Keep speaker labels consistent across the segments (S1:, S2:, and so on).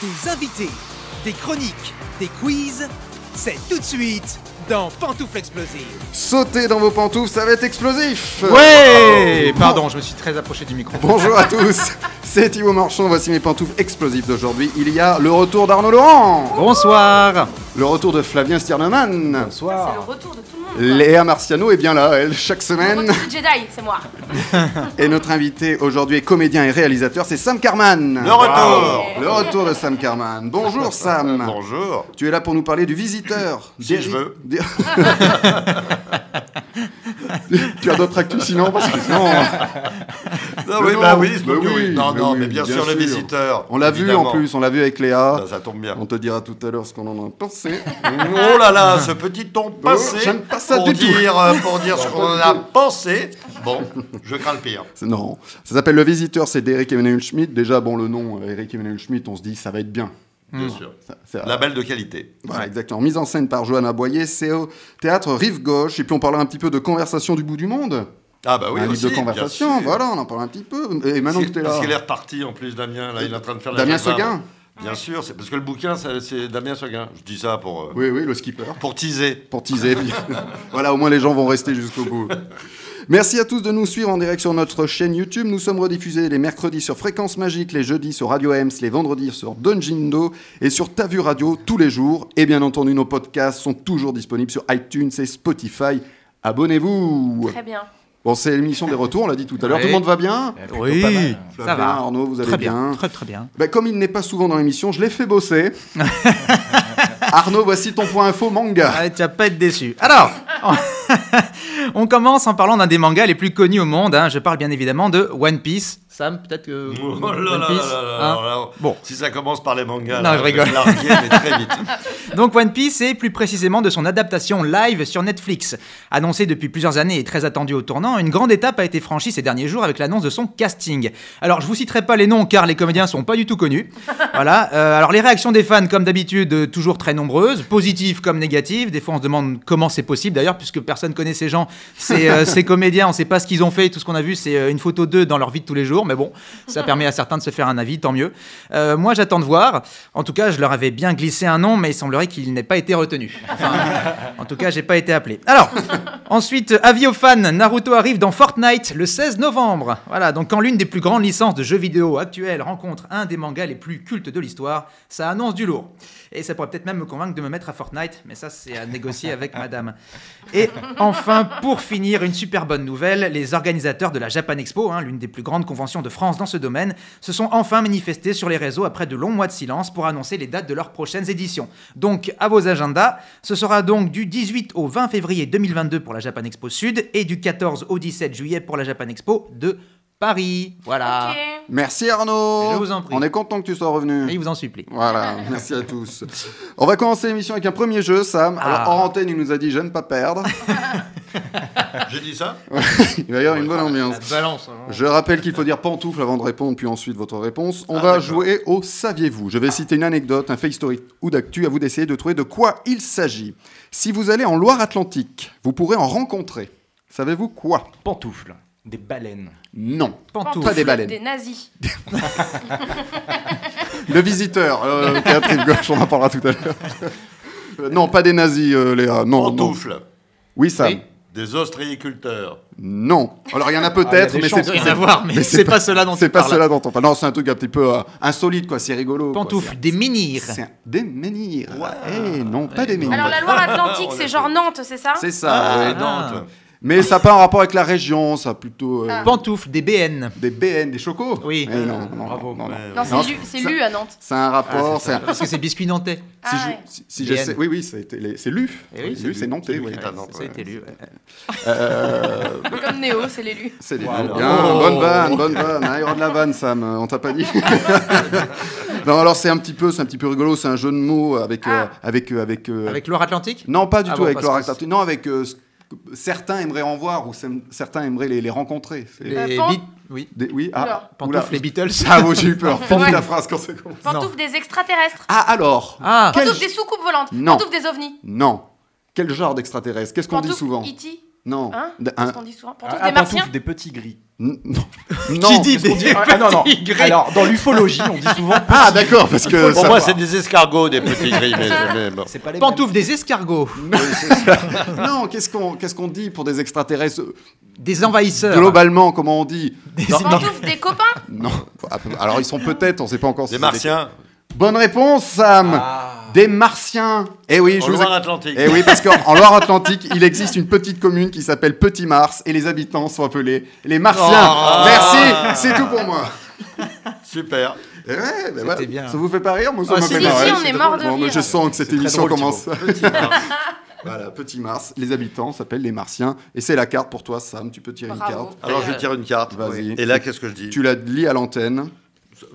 S1: Des invités, des chroniques, des quiz, c'est tout de suite dans Pantoufle Explosive.
S2: Sautez dans vos pantoufles, ça va être explosif
S3: Ouais Pardon, je me suis très approché du micro.
S2: Bonjour à tous, c'est Thibaut Marchand, voici mes pantoufles explosives d'aujourd'hui. Il y a le retour d'Arnaud Laurent,
S3: Bonsoir
S2: le retour de Flavien Stierneman,
S4: C'est le retour de tout le monde. quoi.
S2: Léa Marciano est bien là, elle, chaque
S4: Le
S2: semaine.
S4: retour du Jedi, c'est moi.
S2: Et notre invité aujourd'hui est comédien et réalisateur, c'est Sam Carman.
S5: Le retour
S2: Le retour de Sam Carman. Bonjour
S5: Ah.
S2: Sam.
S5: Bonjour
S2: Tu es là pour nous parler du visiteur.
S5: Si
S2: Des-
S5: je veux.
S2: des- tu as d'autres actus sinon parce que sinon.
S5: Non,
S2: Mais
S5: oui,
S2: non,
S5: bah oui, je
S2: mais
S5: me
S2: oui,
S5: oui. Non,
S2: mais
S5: non,
S2: oui,
S5: mais bien,
S2: bien
S5: sûr, le
S2: sûr.
S5: visiteur.
S2: On l'a vu en
S5: évidemment.
S2: plus, on l'a vu avec Léa.
S5: Ça, ça tombe bien.
S2: On te dira tout à l'heure ce qu'on en a pensé.
S5: Oh là là, ce petit ton passé
S2: Oh, j'aime pas ça
S5: pour,
S2: du tout.
S5: dire, euh, pour dire ce
S2: Pas
S5: qu'on
S2: du
S5: a
S2: tout.
S5: pensé. Bon, je crains le pire.
S2: C'est- non, ça s'appelle Le Visiteur, c'est d'Eric Emmanuel Schmitt. Déjà, bon, le nom, euh, Eric Emmanuel Schmitt, on se dit, ça va être bien.
S5: Bien sûr.
S2: Ça- ça-
S5: Label de qualité.
S2: Voilà, exactement. Mise en scène par Johanna Boyer, c'est au théâtre Rive Gauche. Et puis, on parlera un petit peu de Conversation du bout du monde.
S5: Ah bah oui,
S2: un
S5: aussi,
S2: livre de
S5: bien
S2: conversation,
S5: sûr.
S2: voilà, on en parle un petit peu. Et
S5: Parce
S2: maintenant que
S5: qu'il-
S2: t'es là.
S5: Parce qu'il est reparti en plus, Damien. Là, il est en train de faire la
S2: Damien
S5: Jeanne d'Arc.
S2: Seguin
S5: Bien sûr, c'est parce que le bouquin, ça- c'est Damien Seguin. Je dis ça pour, euh,
S2: Oui, oui, le skipper.
S5: pour teaser.
S2: Pour teaser. puis- voilà, au moins les gens vont rester jusqu'au bout. Merci à tous de nous suivre en direct sur notre chaîne YouTube. Nous sommes rediffusés les mercredis sur Fréquence Magique, les jeudis sur Radio Ems, les vendredis sur Donjindo et sur Ta Vue Radio tous les jours. Et bien entendu, nos podcasts sont toujours disponibles sur iTunes et Spotify. Abonnez-vous
S4: Très bien.
S2: Bon, c'est l'émission des retours, on l'a dit tout à l'heure.
S3: Oui.
S2: Tout le monde va bien
S3: Oui, ça
S2: Flavien,
S3: va.
S2: Arnaud, vous allez
S3: Très
S2: bien
S3: bien, très très bien.
S2: Bah, comme il n'est pas souvent dans l'émission, je l'ai fait bosser. Arnaud, voici ton point info manga.
S3: Ah, tu vas pas être déçu. Alors, on- on commence en parlant d'un des mangas les plus connus au monde. hein. Je parle bien évidemment de One Piece. Sam, peut-être que... Euh,
S5: Oh là
S3: One
S5: là là
S3: Piece,
S5: là là
S3: hein.
S5: là là.
S3: Bon.
S5: Si ça commence par les mangas,
S3: Non,
S5: là,
S3: je
S5: vais
S3: rigole.
S5: te larguer, mais très vite.
S3: Donc One Piece et plus précisément de son adaptation live sur Netflix. Annoncée depuis plusieurs années et très attendue au tournant, une grande étape a été franchie ces derniers jours avec l'annonce de son casting. Alors je vous citerai pas les noms car les comédiens sont pas du tout connus. Voilà. Euh, alors les réactions des fans comme d'habitude euh, toujours très nombreuses, positives comme négatives. Des fois on se demande comment c'est possible d'ailleurs puisque personne connaît ces gens, ces, euh, ces comédiens, on sait pas ce qu'ils ont fait. Tout ce qu'on a vu c'est euh, une photo d'eux dans leur vie de tous les jours. Mais bon, ça permet à certains de se faire un avis, tant mieux. Euh, moi j'attends de voir. En tout cas, je leur avais bien glissé un nom, mais il semblerait qu'il n'ait pas été retenu. Enfin, en tout cas, j'ai pas été appelé. Alors, ensuite, avis aux fans, Naruto arrive dans Fortnite le 16 novembre. Voilà, donc quand l'une des plus grandes licences de jeux vidéo actuelles rencontre un des mangas les plus cultes de l'histoire, ça annonce du lourd. Et ça pourrait peut-être même me convaincre de me mettre à Fortnite, mais ça, c'est à négocier avec madame. Et enfin, pour finir, une super bonne nouvelle, les organisateurs de la Japan Expo, hein, l'une des plus grandes conventions de France dans ce domaine, se sont enfin manifestés sur les réseaux après de longs mois de silence pour annoncer les dates de leurs prochaines éditions. Donc, à vos agendas, ce sera donc du 18 au 20 février 2022 pour la Japan Expo Sud et du 14 au 17 juillet pour la Japan Expo de Paris. Voilà.
S4: Ok.
S2: Merci Arnaud.
S3: Je vous en prie.
S2: On est content que tu sois revenu.
S3: Et il vous en supplie.
S2: Voilà, merci à tous. On va commencer l'émission avec un premier jeu, Sam. Alors,
S3: Ah.
S2: hors antenne, il nous a dit j'aime pas perdre.
S5: J'ai dit ça
S2: Oh, Il va y avoir une bonne ambiance.
S3: Balance. hein.
S2: Je rappelle qu'il faut dire pantoufle avant de répondre, puis ensuite votre réponse.
S3: Ah,
S2: On va jouer au Saviez-vous. Je vais citer une anecdote, un fait historique ou d'actu. À vous d'essayer de trouver de quoi il s'agit. Si vous allez en Loire-Atlantique, vous pourrez en rencontrer. Savez-vous quoi
S6: Pantoufles, des baleines.
S2: Non.
S3: Pantoufles.
S2: Pas des baleines.
S4: Des nazis.
S2: Le visiteur, euh, théâtre Rive Gauche, on en parlera tout à l'heure. Euh, non, pas des nazis, euh, Léa. Non, non.
S5: Pantoufles,
S2: Oui, Sam.
S3: Oui.
S5: des ostréiculteurs.
S2: Non. Alors, Ah, il y en a peut-être, mais c'est
S3: Rien à voir, mais,
S2: mais
S3: c'est pas, cela dont
S2: c'est
S3: tu
S2: pas
S3: parles.
S2: cela dont on parle. Non, c'est un truc un petit peu euh, insolite, quoi. C'est rigolo. quoi.
S3: Pantoufles,
S2: C'est-
S3: des menhirs.
S2: C'est un- des menhirs.
S5: Ouais.
S2: Eh non, pas des menhirs.
S4: Alors la Loire-Atlantique,
S5: On a
S4: c'est
S5: fait.
S4: genre Nantes, c'est ça
S2: C'est ça.
S5: Ah,
S2: ouais.
S5: Nantes.
S2: Mais ça n'a pas un rapport avec la région, ça plutôt euh,
S3: Pantoufles, des BN.
S2: des BN, des chocos.
S3: Ah. Oui.
S2: Eh non, non,
S6: Bravo.
S2: non, non.
S5: Ouais,
S4: Non,
S5: ouais.
S2: Non,
S4: euh, c'est Lu, c'est
S2: ça-
S4: Lu à Nantes.
S2: C'est un rapport. c'est un-
S3: Parce que c'est biscuit nantais.
S2: Si
S4: Ah
S2: je-
S4: ouais.
S2: si- si je
S3: BN.
S2: sais- oui, oui, ça a été les- c'est lu.
S3: Eh oui,
S2: lu, c'est nantais.
S5: lui
S2: oui.
S5: qui t'a- Ah non,
S3: ça a été lu. ouais.
S2: Euh,
S4: Comme Néo, c'est l'élu.
S2: C'est des
S6: Voilà.
S2: Bien,
S5: Oh.
S2: bonne vanne, bonne vanne. Ah, il y aura de la vanne, Sam. euh, On t'a pas dit. non, alors c'est un petit peu, c'est un petit peu rigolo. C'est un jeu de mots avec, euh,
S4: Ah.
S2: avec, euh, avec. euh,
S3: Avec Loire-Atlantique
S2: Non, pas du
S3: Ah
S2: tout
S3: bon,
S2: avec
S3: parce
S2: leur
S3: que
S2: acteur. Non, avec euh, ce- certains aimeraient en voir ou sem- certains aimeraient les, les rencontrer. C'est-
S3: Les
S4: Euh, pan-
S3: Beat- Oui.
S2: Des- Oui. Ah.
S3: Pantoufles,
S2: oula.
S3: les Beatles.
S2: Ah, bon, j'ai eu peur. Finis
S4: Ouais.
S2: la phrase quand c'est commencé.
S4: Pantoufles des extraterrestres.
S2: Ah alors.
S3: Ah,
S2: Quel-
S4: Pantoufles des soucoupes volantes.
S2: Non.
S4: Pantoufles des ovnis.
S2: Non. Quel genre d'extraterrestre Qu'est-ce qu'on dit
S4: Pantoufles
S2: souvent
S4: E.T.
S2: Non.
S4: Hein
S2: D-
S4: C'est
S2: un-
S4: ce qu'on dit souvent. Pantoufles
S3: Ah,
S4: des
S3: ah, pantoufles
S4: martiens
S3: des petits gris.
S2: n- non.
S7: Qui
S2: Non.
S7: dit
S3: Qu'est-ce qu'on
S7: des
S3: dit Ah, non, non.
S7: petits gris
S3: Alors, dans l'ufologie, on dit souvent.
S2: Ah d'accord, parce que
S5: Pour
S2: ça-
S5: moi, c'est des escargots, des petits gris. mais, mais bon.
S3: C'est pas les
S7: Pantoufles des escargots,
S2: non, qu'est-ce qu'on qu'est-ce qu'on dit pour des extraterrestres
S7: des envahisseurs.
S2: Globalement, comment on dit
S7: Des-
S4: Pantoufles des copains
S2: Non. à peu- Alors ils sont peut-être, on ne sait pas encore. si
S5: Des
S2: c'est
S5: martiens
S2: Bonne réponse, Sam. Des martiens. Eh oui,
S5: en
S2: je vous. ai-
S5: Loire-Atlantique.
S2: Eh oui, parce qu'en Loire-Atlantique, il existe une petite commune qui s'appelle Petit Mars et les habitants sont appelés les Martiens.
S5: Oh.
S2: Merci, c'est tout pour moi.
S5: Super.
S2: Eh ouais, ben voilà.
S7: C'était bien.
S2: Ça vous fait pas rire Moi, ça
S7: Ah,
S2: m'a
S7: si,
S2: fait
S7: si,
S2: marrer.
S4: si, on est mort de
S2: Bon, mais
S4: rire.
S2: Je sens que cette
S3: C'est très
S2: émission
S3: drôle,
S2: commence.
S5: Petit Mars.
S2: voilà, Petit Mars. Les habitants s'appellent les Martiens et c'est la carte pour toi, Sam. Tu peux tirer une
S4: Bravo.
S2: carte.
S5: Alors, je tire une carte.
S2: Vas-y.
S5: Et là, qu'est-ce que je dis
S2: Tu la lis à l'antenne.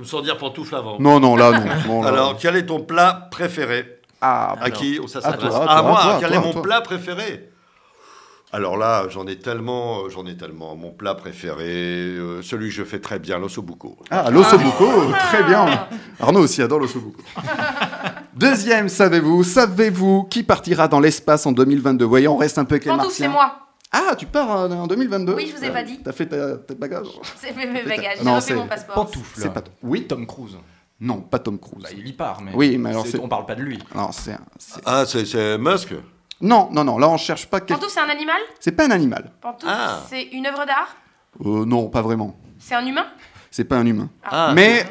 S5: Sans dire pantoufle avant.
S2: Non, non, là, non. Non, là.
S5: Alors, quel est ton plat préféré
S2: ah,
S5: À qui ça
S2: À
S5: s'adresse
S2: toi, à
S5: À
S2: toi,
S5: moi,
S2: à toi,
S5: quel
S2: à
S5: est
S2: toi, à
S5: mon
S2: toi.
S5: plat préféré Alors là, j'en ai tellement, euh, j'en ai tellement. Mon plat préféré, euh, celui que je fais très bien, l'ossobuco.
S2: Ah, l'ossobuco, très bien. Arnaud aussi adore l'ossobuco. Deuxième, savez-vous, savez-vous qui partira dans l'espace en 2022 Voyons, on reste un peu avec les
S4: Pantoufles, c'est
S2: Martiens.
S4: moi.
S2: Ah, tu pars euh, en 2022
S4: Oui, je vous ai
S2: Euh,
S4: pas dit.
S2: T'as fait ta, tes bagages
S4: C'est mes mes bagages. J'ai
S2: Non,
S4: refait
S2: c'est-
S4: mon passeport.
S3: Pantoufles.
S2: C'est pas Oui
S3: Tom Cruise.
S2: Non, pas Tom Cruise.
S3: Bah, il y part, mais.
S2: Oui, mais alors
S3: c'est-
S2: c'est-
S3: On parle pas de lui.
S2: Non, c'est un- c'est-
S5: Ah, c'est- c'est Musk
S2: Non, non, non, là on cherche pas quel...
S4: Pantoufles, c'est un animal
S2: C'est pas un animal.
S4: Pantoufles,
S5: Ah.
S4: c'est une œuvre d'art
S2: Euh, non, pas vraiment.
S4: C'est un humain
S2: C'est pas un humain.
S5: Ah,
S2: mais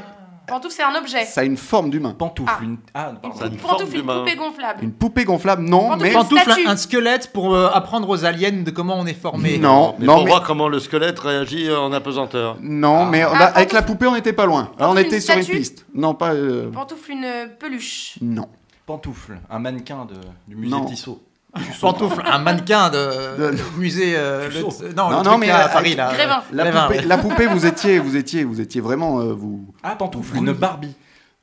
S4: Pantoufles, c'est un objet.
S2: ça a une forme d'humain.
S3: Pantoufle.
S4: Ah.
S3: Une... Ah, pardon.
S5: Ça a une forme
S4: Pantoufles, une
S5: d'humain.
S4: poupée gonflable.
S2: Une poupée gonflable, non,
S4: Pantoufle.
S2: mais...
S4: Pantoufle.
S7: Pantoufles,
S4: Statue.
S7: un squelette pour euh, apprendre aux aliens de comment on est formé.
S2: Non,
S5: mais
S2: non,
S5: pour
S2: mais...
S5: voir comment le squelette réagit euh, en apesanteur.
S2: Non, mais
S4: Ah,
S2: là, avec
S4: pantoufle.
S2: la poupée, on n'était pas loin. Alors, on
S4: Pantoufle,
S2: était
S4: une
S2: sur une
S4: statue
S2: piste. Non, pas. euh,
S4: Pantoufles, une euh, peluche.
S2: Non.
S3: Pantoufle. Un mannequin de... du musée
S2: Non.
S3: Tissot.
S7: Pantoufle, un mannequin de,
S2: De-
S7: du musée. euh, le-
S3: Tussaud.
S7: non,
S2: Non,
S7: le
S2: non,
S7: truc
S2: mais
S7: là, à
S2: avec-
S7: Paris là.
S4: Grévin.
S2: La,
S7: Grévin,
S2: poupée,
S7: ouais.
S2: la poupée, vous étiez, vous étiez, vous étiez vraiment. euh, vous...
S3: Ah, pantoufle. Une Barbie.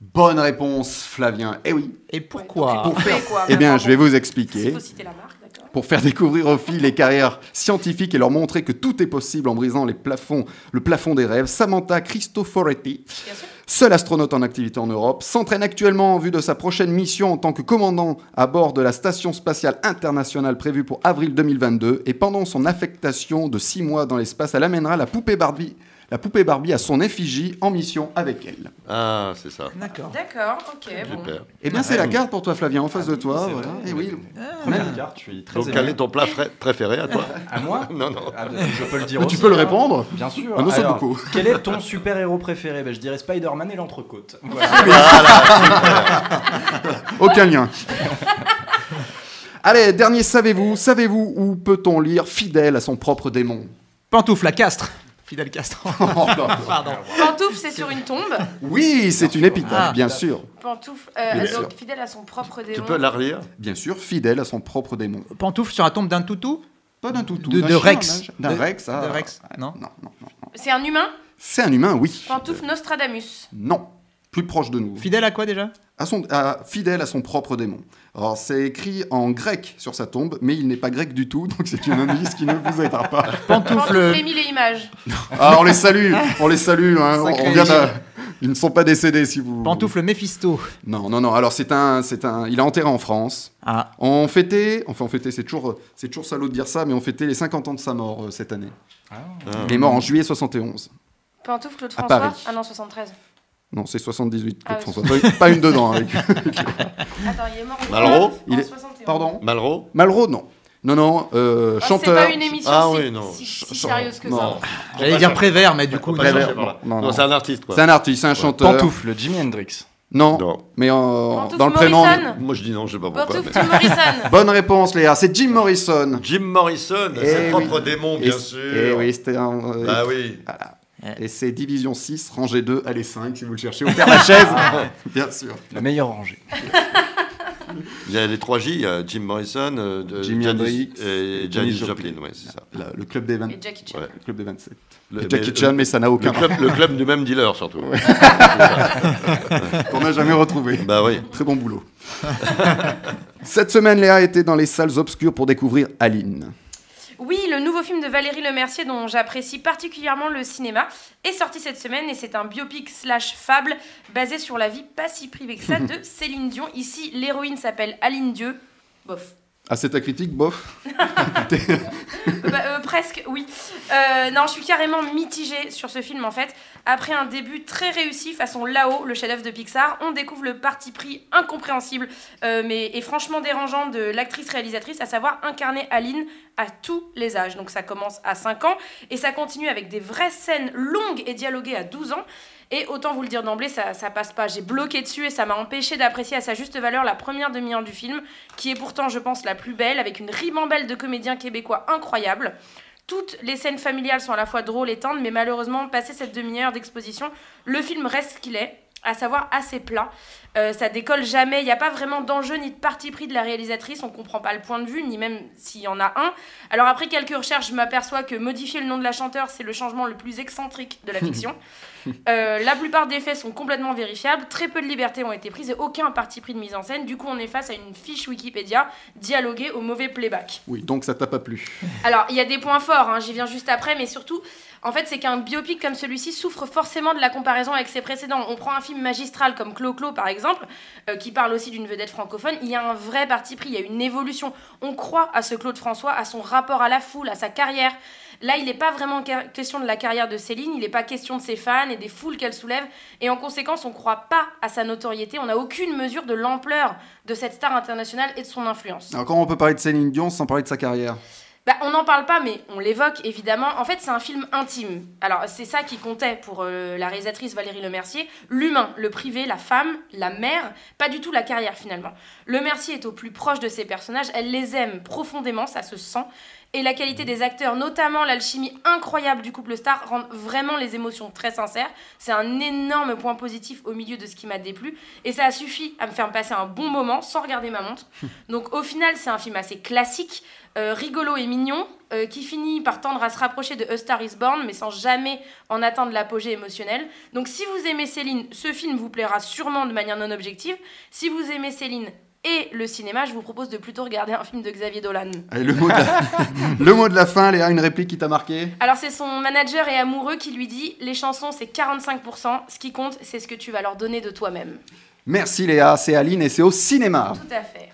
S2: Bonne réponse, Flavien. Eh oui.
S7: Et pourquoi
S4: Pour faire quoi
S2: Eh bien, je vais vous
S4: Il
S2: expliquer.
S4: faut citer la marque, d'accord
S2: Pour faire découvrir aux filles les carrières scientifiques et leur montrer que tout est possible en brisant les plafonds, le plafond des rêves, Samantha Cristoforetti,
S4: Bien sûr.
S2: seule astronaute en activité en Europe, s'entraîne actuellement en vue de sa prochaine mission en tant que commandant à bord de la Station spatiale internationale prévue pour avril 2022. Et pendant son affectation de six mois dans l'espace, elle amènera la poupée Barbie, la poupée Barbie à son effigie en mission avec elle.
S5: Ah, c'est ça.
S7: D'accord.
S4: D'accord, ok, bon.
S5: Super.
S2: Et Eh bien, c'est la carte pour toi, Flavien, en face de toi.
S3: c'est
S2: Voilà.
S3: vrai. Ah.
S2: Et oui.
S3: Première carte, je suis très
S5: Donc, quel
S3: ému.
S5: est ton plat fra- préféré à toi
S3: À moi
S5: Non, non.
S3: Ah, Je peux le dire
S2: Mais tu
S3: aussi,
S2: peux le
S3: hein.
S2: répondre
S3: Bien sûr.
S2: Ah non, ça,
S3: Alors,
S2: beaucoup.
S3: Quel est ton super-héros préféré ben, Je dirais Spider-Man et l'entrecôte. Voilà.
S2: Aucun lien. Allez, dernier, savez-vous, savez-vous où peut-on lire fidèle à son propre démon
S7: Pantoufle à Castres. Fidel Castres.
S2: Oh, non.
S7: Pardon.
S4: Pantoufle, c'est sur une tombe.
S2: Oui, c'est une épitaphe,
S7: Ah.
S2: bien sûr.
S4: Pantoufle, euh,
S2: Bien
S4: donc
S2: sûr.
S4: fidèle à son propre démon.
S5: Tu peux hein la relire
S2: Bien sûr, fidèle à son propre démon.
S7: Pantoufle sur la tombe d'un toutou
S2: Pas d'un toutou.
S7: De-
S2: d'un
S7: de
S2: chien,
S7: Rex.
S2: d'un- D'un
S7: De-
S2: Rex, ah.
S7: de Rex, non
S2: Non, non, non.
S4: C'est un humain
S2: C'est un humain, oui.
S4: Pantoufle Nostradamus.
S2: Non. Plus proche de nous.
S7: Fidèle à quoi déjà
S2: À son, à- fidèle à son propre démon. Alors, c'est écrit en grec sur sa tombe, mais il n'est pas grec du tout, donc c'est une indice qui ne vous aidera pas.
S4: Pantoufle
S7: Pantoufle.
S4: les mille et images.
S2: Ah, on les salue, on les salue. hein, on-
S7: Sacré
S2: on vient
S7: Égypte.
S2: de- Ils ne sont pas décédés si vous.
S7: Pantoufle Mephisto.
S2: Non, non, non. Alors, c'est un, c'est un. Il est enterré en France.
S7: Ah,
S2: On fêtait, enfin, on fêtait. C'est toujours, c'est toujours salaud de dire ça, mais on fêtait les 50 ans de sa mort euh, cette année. Il est
S5: Hein
S2: mort en juillet 71.
S4: Pantoufle Claude
S2: À
S4: François.
S2: Paris.
S4: Ah non, 73.
S2: Non, c'est 78, Claude
S4: Ah,
S2: François. Pas- Pas une dedans. avec-
S4: Attends, il est mort. en-
S5: Malraux
S4: en
S2: Il est-
S4: 71.
S2: Pardon.
S5: Malraux
S2: Malraux, non. Non, non. euh,
S4: Ah,
S2: chanteur.
S4: C'est pas une émission
S5: Ah
S4: si,
S5: oui, non.
S4: si, si
S5: Ch-
S4: sérieuse que
S2: non.
S4: ça.
S7: j'allais dire Prévert, mais du
S5: Faut
S7: coup.
S5: pas
S2: Prévert.
S5: chercher par là.
S2: Non, non,
S5: Non, c'est un artiste, quoi.
S2: C'est un artiste, c'est un chanteur.
S3: Pantoufle, Jimi Hendrix.
S2: Non.
S5: Non.
S2: Mais en-
S4: Pantoufle
S2: dans le prénom.
S4: Morrison.
S5: Moi, je dis non, je sais pas pourquoi.
S4: Pantoufle
S5: mais-
S4: Tim Morrison.
S2: Bonne réponse, Léa. C'est Jim Morrison.
S5: Jim Morrison,
S2: Eh
S5: ses
S2: oui.
S5: propres démons, bien
S2: Et-
S5: sûr.
S2: Et oui, c'était un. euh,
S5: Bah oui.
S2: Et c'est division 6, rangée 2, allez 5, si vous le cherchez, au Père Lachaise. Bien sûr.
S3: La meilleure rangée.
S5: Il y a les 3J, il y a Jim Morrison, euh, de-
S2: Jimi
S5: Janis-
S2: Hendrix
S5: et
S2: et
S5: Janis
S2: Janis
S5: Joplin, ouais, c'est ça.
S2: Le, le club des 20.
S4: Et Jackie Chan.
S5: Ouais.
S2: Le club des 27.
S5: Le-
S2: Et Jackie
S5: mais-
S2: Chan, mais ça n'a
S5: Le
S2: aucun
S5: club, le club du même dealer, surtout.
S2: qu'on n'a jamais retrouvé.
S5: Bah oui.
S2: Très bon boulot. Cette semaine, Léa était dans les salles obscures pour découvrir Aline.
S4: Oui, le nouveau film de Valérie Lemercier dont j'apprécie particulièrement le cinéma est sorti cette semaine et c'est un biopic slash fable basé sur la vie pas si privée que ça de Céline Dion. Ici, l'héroïne s'appelle Aline Dieu. Bof.
S2: Ah, c'est ta critique, bof.
S4: Bah, euh, presque, oui. Euh, non, je suis carrément mitigée sur ce film en fait. Après un début très réussi façon Lao, le chef-d'œuvre de Pixar, on découvre le parti pris incompréhensible euh, mais, et franchement dérangeant de l'actrice-réalisatrice, à savoir incarner Aline à tous les âges. Donc ça commence à 5 ans et ça continue avec des vraies scènes longues et dialoguées à 12 ans. Et autant vous le dire d'emblée, ça, ça passe pas. J'ai bloqué dessus et ça m'a empêché d'apprécier à sa juste valeur la première demi-heure du film, qui est pourtant, je pense, la plus belle, avec une ribambelle de comédiens québécois incroyables. Toutes les scènes familiales sont à la fois drôles et tendres, mais malheureusement, passé cette demi-heure d'exposition, le film reste ce qu'il est, à savoir assez plat. Euh, ça décolle jamais, il n'y a pas vraiment d'enjeu ni de parti pris de la réalisatrice, on comprend pas le point de vue, ni même s'il y en a un. Alors après quelques recherches, je m'aperçois que modifier le nom de la chanteur, c'est le changement le plus excentrique de la fiction. Euh, la plupart des faits sont complètement vérifiables, très peu de libertés ont été prises et aucun parti pris de mise en scène. Du coup, on est face à une fiche Wikipédia dialoguée au mauvais playback.
S2: Oui, donc ça t'a pas plu.
S4: Alors, il y a des points forts, hein, j'y viens juste après, mais surtout, en fait, c'est qu'un biopic comme celui-ci souffre forcément de la comparaison avec ses précédents. On prend un film magistral comme Clo-Clo, par exemple, euh, qui parle aussi d'une vedette francophone, il y a un vrai parti pris, il y a une évolution. On croit à ce Claude François, à son rapport à la foule, à sa carrière. Là, il n'est pas vraiment car- question de la carrière de Céline, il n'est pas question de ses fans et des foules qu'elle soulève. Et en conséquence, on ne croit pas à sa notoriété, on n'a aucune mesure de l'ampleur de cette star internationale et de son influence.
S2: Alors, comment on peut parler de Céline Dion sans parler de sa carrière
S4: Bah, on n'en parle pas, mais on l'évoque évidemment. En fait, c'est un film intime. Alors, c'est ça qui comptait pour euh, la réalisatrice Valérie Lemercier l'humain, le privé, la femme, la mère, pas du tout la carrière finalement. Lemercier est au plus proche de ses personnages, elle les aime profondément, ça se sent. Et la qualité des acteurs, notamment l'alchimie incroyable du couple star, rend vraiment les émotions très sincères. C'est un énorme point positif au milieu de ce qui m'a déplu. Et ça a suffi à me faire passer un bon moment sans regarder ma montre. Donc au final, c'est un film assez classique, euh, rigolo et mignon, euh, qui finit par tendre à se rapprocher de A Star Is Born, mais sans jamais en atteindre l'apogée émotionnelle. Donc si vous aimez Céline, ce film vous plaira sûrement de manière non objective. Si vous aimez Céline et le cinéma, je vous propose de plutôt regarder un film de Xavier Dolan.
S2: Allez, le mot de la, le mot de la fin, Léa, une réplique qui t'a marqué
S4: Alors c'est son manager et amoureux qui lui dit les chansons c'est 45%, ce qui compte c'est ce que tu vas leur donner de toi-même.
S2: Merci Léa, c'est Aline et c'est au cinéma.
S4: Tout à fait.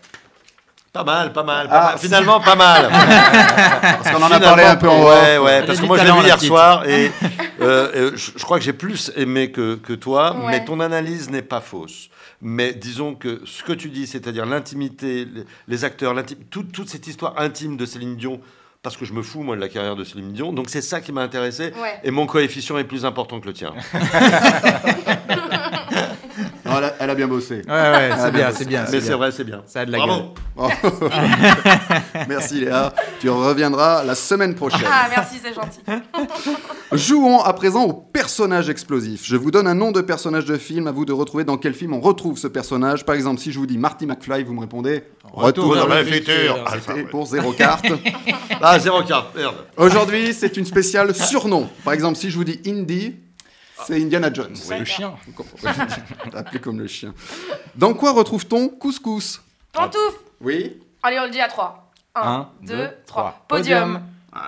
S5: Pas mal, pas mal, pas
S2: Ah,
S5: mal. Finalement, pas mal.
S2: Parce qu'on en a parlé un peu en off.
S5: Ouais, ouais, parce que
S7: a du
S5: moi, je l'ai
S7: talent,
S5: vu
S7: la
S5: hier
S7: petite.
S5: soir et euh, euh, je je crois que j'ai plus aimé que, que toi,
S4: Ouais.
S5: mais ton analyse n'est pas fausse. Mais disons que ce que tu dis, c'est-à-dire l'intimité, les, les acteurs, l'intim- tout- toute cette histoire intime de Céline Dion, parce que je me fous, moi, de la carrière de Céline Dion, donc c'est ça qui m'a intéressé.
S4: Ouais.
S5: Et mon coefficient est plus important que le tien.
S2: Ah, Non, elle, a, elle a bien bossé.
S7: Ouais, ouais,
S2: Ah,
S7: c'est bien,
S2: mais
S7: c'est bien.
S5: Mais
S7: c'est
S5: c'est
S7: bien.
S5: vrai, c'est bien.
S7: Ça a de la
S5: Bravo.
S7: gueule.
S2: Bon. Merci Léa, tu reviendras la semaine prochaine.
S4: Ah merci, c'est gentil.
S2: Jouons à présent au personnage explosif. Je vous donne un nom de personnage de film, à vous de retrouver dans quel film on retrouve ce personnage. Par exemple, si je vous dis Marty McFly, vous me répondez
S7: Retour vers le futur.
S5: Ah,
S2: C'était pour zéro carte.
S5: Ah, zéro carte, merde.
S2: Aujourd'hui, c'est une spéciale surnom. Par exemple, si je vous dis Indy, c'est Indiana Jones.
S3: C'est le chien.
S2: Vous comprenez Appelé comme le chien. Dans quoi retrouve-t-on couscous
S4: Pantouf
S2: Oui.
S4: Allez, on le dit à 3. 1,
S3: Un,
S4: 2,
S3: deux,
S4: 3.
S3: trois.
S4: Podium.
S2: Voilà,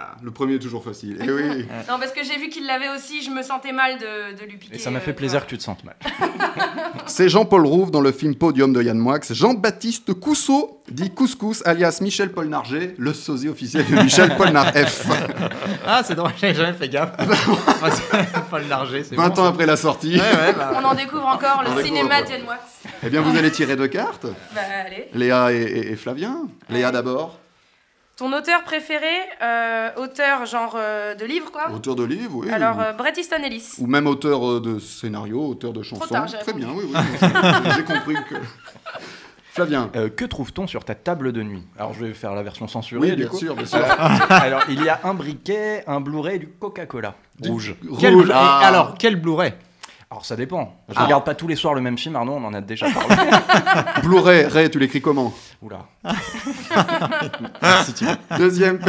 S2: Ah, le premier est toujours facile. Eh oui.
S4: Non, parce que j'ai vu qu'il l'avait aussi, je me sentais mal de, de lui piquer.
S3: Et ça m'a
S4: euh,
S3: fait
S4: tu
S3: plaisir
S4: vois.
S3: que tu te sentes mal.
S2: C'est Jean-Paul Rouve dans le film Podium de Yann Moix. Jean-Baptiste Cousseau, dit Couscous, alias Michel Polnareff, le sosie officiel de Michel Polnareff.
S7: Ah, c'est drôle, j'avais jamais fait gaffe. Moi, c'est- Paul Larger, c'est
S2: 20
S7: bon.
S2: ans après la sortie.
S7: Ouais, ouais, bah,
S4: On en découvre encore le
S2: découvre
S4: cinéma
S2: encore.
S4: d'Ian Wax.
S2: Eh bien, vous allez tirer deux cartes,
S4: Bah allez.
S2: Léa et, et- et Flavien. Léa d'abord,
S4: Ton auteur préféré euh, Auteur genre euh, de livre quoi
S2: auteur de livre, oui.
S4: Alors, euh, Bret Easton Ellis.
S2: Ou même auteur euh, de scénario, auteur de chansons.
S4: tard, j'ai
S2: Très
S4: répondu.
S2: bien, oui, oui. j'ai- J'ai compris que. Flavien.
S3: Euh, que trouve-t-on sur ta table de nuit Alors je vais faire la version censurée.
S2: Oui,
S3: du
S2: bien
S3: coup.
S2: sûr, bien sûr.
S3: Alors il y a un briquet, un Blu-ray, et du Coca-Cola rouge.
S7: quel
S2: Rouge.
S7: Blu- et
S2: Ah.
S7: alors, quel Blu-ray
S3: Alors ça dépend. Je
S7: Ah.
S3: regarde pas tous les soirs le même film. Arnaud, on en a déjà parlé.
S2: Blu-ray, Ray, tu l'écris comment
S3: Oula.
S7: Ah,
S2: Deuxième.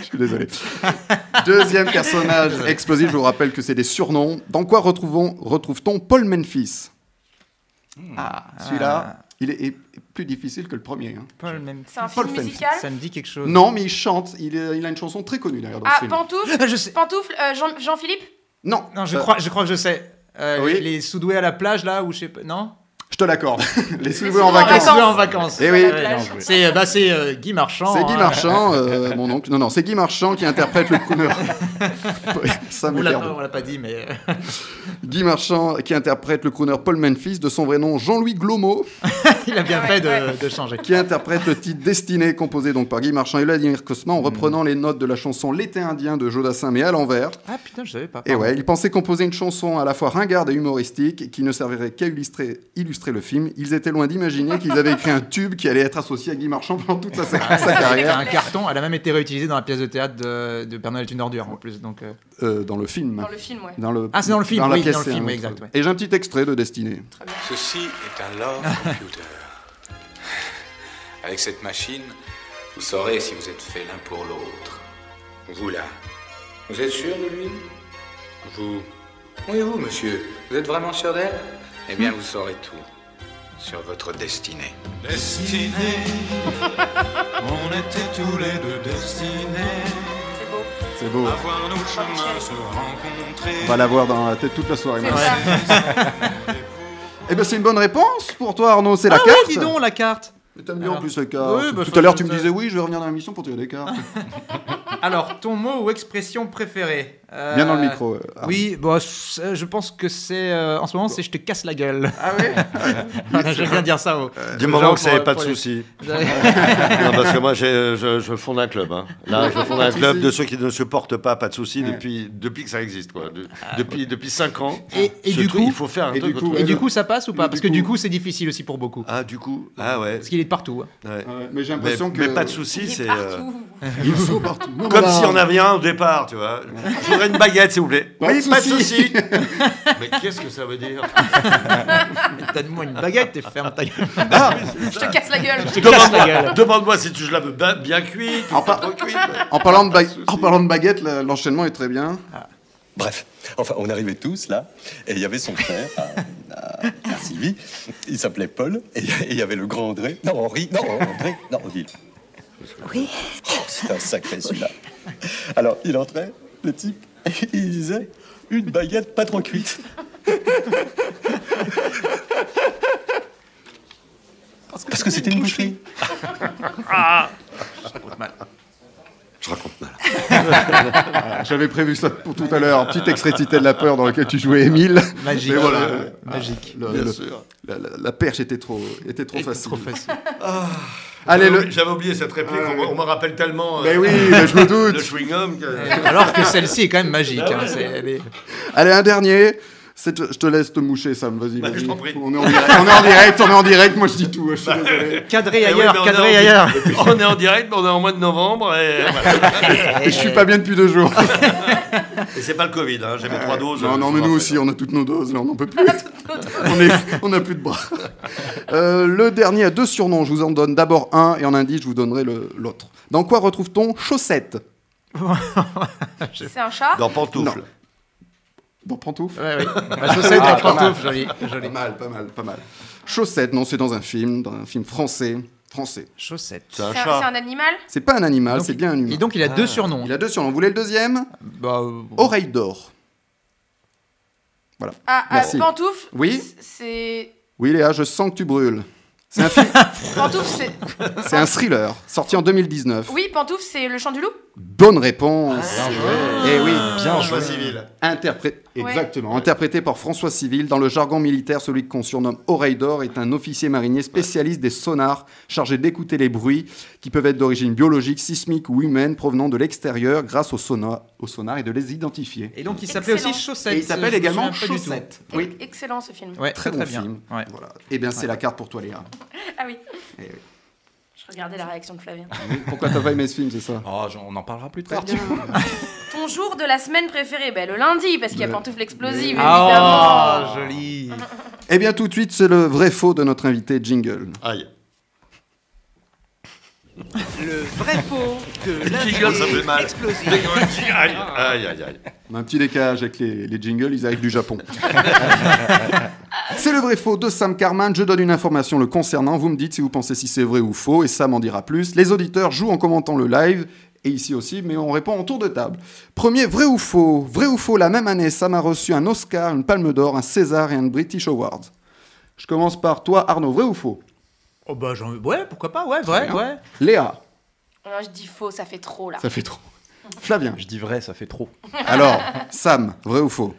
S2: Je suis désolé. Deuxième personnage explosif, je vous rappelle que c'est des surnoms. Dans quoi retrouvons, retrouve-t-on Paul Memphis Ah, celui-là, il est, est plus difficile que le premier. hein.
S7: Paul même.
S4: C'est un
S2: Paul
S4: film
S2: Fenn.
S4: musical
S7: Ça me dit quelque chose.
S2: Non, mais il chante, il, est- il a une chanson très connue d'ailleurs dans
S4: Ah,
S2: ce film.
S4: Pantoufle
S7: Ah, je sais.
S4: Pantoufle, euh, Jean- Jean-Philippe
S2: Non,
S7: Non, je
S2: Euh,
S7: crois, je crois que je sais. Euh,
S2: oui.
S7: Les soudoués à la plage, là, ou je sais pas. Non
S2: Je te l'accorde. Les souvenirs
S4: souvenirs
S2: en
S4: en
S7: Les
S2: vacances.
S4: vacances.
S7: souvenirs en vacances.
S2: Eh oui.
S4: Bien joué.
S7: C'est euh, bah, c'est, euh, Guy Marchand.
S2: C'est Guy
S7: hein.
S2: Marchand, euh, mon oncle. Non, non, c'est Guy Marchand qui interprète le crooner. Ça
S7: On
S2: me
S7: l'a
S2: perd.
S7: pas- on l'a pas dit, mais. euh,
S2: Guy Marchand qui interprète le crooner Paul Memphis de son vrai nom Jean-Louis Glomo,
S7: Il a bien
S4: Ouais,
S7: fait de,
S4: ouais.
S7: de changer.
S2: qui interprète le titre Destiné composé donc par Guy Marchand et Vladimir Cosma en reprenant les notes de la chanson L'été indien de Jodassin mais à l'envers.
S7: Ah putain, je savais pas.
S2: Et ouais, ils pensaient composer une chanson à la fois ringarde et humoristique qui ne servirait qu'à illustrer, illustrer le film. Ils étaient loin d'imaginer qu'ils avaient écrit un tube qui allait être associé à Guy Marchand pendant toute sa, sa
S7: C'est
S2: carrière
S7: un carton, elle a même été réutilisée dans la pièce de théâtre euh, de, de Père Noël est une ordure en plus. Donc, euh,
S2: Euh, dans le film.
S4: Dans le film, ouais.
S2: Dans le,
S7: Ah, c'est dans le film,
S2: la
S7: oui,
S2: pièce,
S7: dans le
S2: c'est
S7: film,
S2: un
S7: oui,
S2: autre.
S7: exact, ouais.
S2: Et j'ai un petit extrait de Destinée.
S8: Ceci est un love computer. Avec cette machine, vous saurez si vous êtes fait l'un pour l'autre. Vous là, vous êtes sûr de lui Vous Oui, vous, monsieur. Vous êtes vraiment sûr d'elle Eh bien, vous saurez tout sur votre destinée.
S9: Destinés, on était tous les deux destinés
S4: C'est beau.
S2: C'est beau.
S9: à voir nos chemins se rencontrer.
S2: On va l'avoir dans la tête toute la soirée.
S4: C'est
S2: maintenant.
S4: ça.
S2: Eh ben c'est une bonne réponse pour toi Arnaud, c'est la
S7: Ah ouais,
S2: carte.
S7: dis donc, la carte
S2: Mais T'aimes bien en
S7: Alors.
S2: plus la carte.
S7: Oui, bah,
S2: Tout
S7: ça,
S2: à l'heure
S7: je
S2: tu me
S7: sais.
S2: disais oui, je vais revenir dans l'émission pour tirer des cartes.
S7: Alors, ton mot ou expression préférée Euh,
S2: Bien dans le micro. euh, Arnaud.
S7: Oui, bon, c'est- je pense que c'est. euh, en ce moment, c'est je te casse la gueule. Ah oui J'aime bien dire ça. oh. au-
S5: Du
S2: Euh,
S7: aux
S5: moment
S7: gens
S5: que ça n'avait pas
S7: pour-
S5: de
S7: pour les-
S5: soucis. Non, parce que moi, j'ai- je, je fonde un club. hein. Là, je fonde un club de ceux qui ne supportent pas, pas de soucis, depuis, depuis que ça existe. Quoi. De- depuis, depuis 5 ans.
S7: Et- et
S5: ce
S7: du
S5: truc,
S7: coup-
S5: il faut faire un
S2: et
S5: truc.
S2: du coup,
S5: autre-
S7: Et du coup, ça passe ou
S2: Mais
S7: pas
S2: du
S7: Parce que du
S2: coup-
S7: coup, c'est difficile aussi pour beaucoup.
S5: Ah, du coup. Ah ouais.
S7: Parce qu'il est de partout. hein.
S5: ouais.
S2: Ouais, mais j'ai
S5: Mais,
S2: l'impression que.
S5: mais pas de
S4: Il
S5: soucis,
S4: est
S5: c'est. euh,
S4: partout.
S2: Ils sont partout.
S5: Comme s'il y en avait un au départ, tu vois. Je voudrais une baguette, s'il vous plaît.
S2: Pas de
S5: oui, pas de
S2: soucis.
S5: soucis. Mais qu'est-ce que ça veut dire
S7: Donne-moi une baguette et ferme ta gueule.
S4: Je te casse la gueule.
S5: Demande-moi demande-moi si tu, je la veux ba- bien cuite ou pas trop cuite.
S2: En parlant de, ba- en parlant de baguette, la- l'enchaînement est très bien.
S10: Bref, enfin, on arrivait tous là, et il y avait son frère, à, à- à Sylvie, il s'appelait Paul, et et il y avait le grand André, non, Henri, non, André, non, Odile.
S11: Oui.
S10: Oh, c'est un sacré celui-là. Alors, il entrait, le type, et il disait une baguette pas trop cuite. Parce que c'était une boucherie.
S2: Ah, J'avais prévu ça pour tout à l'heure. Un Petit extrait de Cité de la peur dans lequel tu jouais Émile.
S7: Magique.
S2: Mais voilà. Ah,
S7: Euh, Magique.
S2: Le-
S5: Bien
S2: le-
S5: sûr.
S2: la, la- la perche était trop, était trop facile. Ah.
S7: Trop facile.
S2: Allez le.
S5: J'avais oublié cette réplique, on, me- on me rappelle tellement euh,
S2: Mais oui, mais je me
S5: le
S2: doute.
S5: chewing-gum. que-
S7: Alors que celle-ci est quand même magique.
S2: Bah
S7: hein, c'est- elle
S2: Eh
S7: est-
S2: Allez un dernier. C'est- Je te laisse te moucher, Sam. Vas-y.
S5: Bah, je
S2: vas-y.
S5: t'en prie.
S2: On est en direct. On est en direct. On est en direct. Moi, je dis tout. Je suis désolé.
S7: Cadré
S5: Eh oui, mais
S7: ailleurs,
S5: on
S7: cadré
S5: est en-
S7: ailleurs.
S5: On est en direct, mais on est en mois de novembre et, voilà. eh,
S2: Et je suis pas bien depuis deux jours.
S5: Et c'est pas le Covid, hein, j'ai mes trois doses.
S2: Non,
S5: euh,
S2: non, mais
S5: je vous
S2: nous
S5: rappelle.
S2: aussi, on a toutes nos doses, là, on n'en peut plus. on, est, on a plus de bras. Euh, le dernier a deux surnoms, je vous en donne d'abord un, et en indice, je vous donnerai le- l'autre. Dans quoi retrouve-t-on chaussette
S4: C'est un chat.
S5: Dans pantoufles.
S2: Dans pantoufle
S7: Ouais, ouais. Ma chaussette
S2: Ah,
S7: en
S2: pas mal.
S7: pantoufle, joli.
S2: Pas
S7: Euh, joli.
S2: mal, pas mal, pas mal. Chaussette, non, c'est dans un film, dans un film français. Français.
S7: Chaussette.
S5: C'est un
S4: C'est un, c'est
S5: chat.
S4: un animal.
S2: C'est pas un animal,
S7: Donc,
S2: c'est bien un humain.
S7: Et donc, il a deux surnoms.
S2: Il a deux surnoms. Vous voulez le deuxième
S7: Bah, euh,
S2: Oreille d'or. Voilà.
S4: Ah, ah,
S2: Merci.
S4: pantoufle.
S2: Oui.
S4: c- C'est.
S2: Oui, Léa, je sens que tu brûles. C'est un, film-
S4: Pantoufle, c'est.
S2: c'est un thriller, sorti en 2019.
S4: Oui, pantoufle, c'est le chant du loup.
S2: Bonne
S7: Ah,
S2: réponse. Eh oui,
S5: Bien joué. civil.
S2: Interpré-
S4: Ouais.
S2: Exactement. Interprété par François Civil dans le jargon militaire, celui qu'on surnomme Oreille d'Or est un officier marinier spécialiste des sonars chargé d'écouter les bruits qui peuvent être d'origine biologique, sismique ou humaine provenant de l'extérieur grâce au sonar, au sonar et de les identifier.
S7: Et donc, il s'appelait aussi
S4: Excellent.
S7: Chaussette.
S2: Et il s'appelle
S7: je me
S2: également
S7: souviens pas du tout.
S2: Chaussette. Oui.
S4: Excellent ce film.
S7: Ouais,
S2: Très
S7: très,
S2: bon
S7: très bien.
S2: film.
S7: Ouais.
S2: Voilà. Eh bien, c'est la carte pour toi, Léa.
S4: Ah oui.
S2: Eh oui.
S4: Je regardais la réaction de Flavien.
S2: Pourquoi t'as pas aimé ce film, c'est ça
S3: Oh, j'en- on en parlera plus tard.
S4: Ton jour de la semaine préféré Ben le lundi, parce qu'il y a
S2: Le-
S4: pantoufle explosive, évidemment.
S7: Ah, joli.
S2: Eh bien, tout de suite, c'est le vrai faux de notre invité Jingle.
S5: Aïe.
S1: Le vrai faux de
S5: Le jingle, ça fait
S1: l'invité
S5: mal.
S1: explosif.
S5: Dès qu'on dit aïe, aïe, aïe, aïe.
S2: On a un petit décalage avec les, les jingles, ils arrivent du Japon. c'est le vrai faux de Sam Carman. Je donne une information le concernant. Vous me dites si vous pensez si c'est vrai ou faux, et Sam en dira plus. Les auditeurs jouent en commentant le live. Et ici aussi, mais on répond en tour de table. Premier, vrai ou faux Vrai ou faux, la même année, Sam a reçu un Oscar, une Palme d'Or, un César et un British Award. Je commence par toi, Arnaud. Vrai ou faux
S7: Oh bah j'en ouais pourquoi pas ouais vrai
S2: bien.
S7: ouais.
S2: Léa,
S4: Non, Oh, je dis faux, ça fait trop là.
S2: ça fait trop. Flavien.
S3: Je dis vrai, ça fait trop.
S2: Alors, Sam, vrai ou faux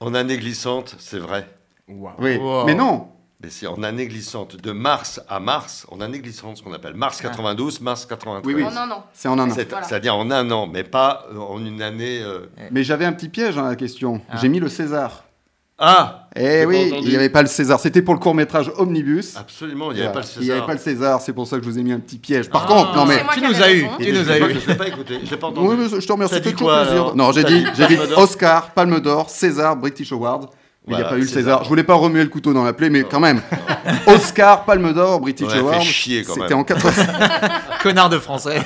S5: En année glissante, c'est vrai.
S2: Oui.
S7: Wow.
S2: Mais non
S5: Mais si en année glissante, de mars à mars, en année glissante, ce qu'on appelle mars 92, mars 93.
S2: Oui.
S4: Non, non, non.
S2: C'est en un an.
S5: C'est-
S4: Voilà.
S5: C'est-à-dire en un an, mais pas euh, en une année. euh,
S2: Mais j'avais un petit piège dans la question. J'ai mis le César.
S5: Ah
S2: Eh
S5: J'ai pas
S2: oui,
S5: entendu.
S2: il n'y avait pas le César. C'était pour le court métrage Omnibus.
S5: Absolument, il n'y avait pas le César.
S2: Il n'y avait pas le César, c'est pour ça que je vous ai mis un petit piège. Par contre, Oh, non mais.
S4: C'est moi
S7: tu
S4: qui
S7: nous
S4: avais
S7: as eu,
S4: raison.
S7: tu nous as
S5: Je
S7: eu.
S5: ne l'ai pas écouté, je l'ai pas entendu.
S2: Oui, mais je te remercie,
S5: T'as
S2: c'est
S5: dit
S2: toujours
S5: quoi,
S2: plaisir.
S5: alors
S2: Non, j'ai
S5: T'as
S2: dit,
S5: dit
S2: j'ai dit
S5: Palme d'Or
S2: Oscar, Palme d'Or, César, British Award. Mais il n'y a
S5: Voilà,
S2: pas eu le
S5: César.
S2: César. Je voulais pas remuer le couteau dans la plaie, mais quand même. Oscar, Palme d'Or, British
S5: Ouais, fait
S2: Award.
S5: chier, quand
S2: C'était
S5: même.
S2: en 80.
S7: Connard de français.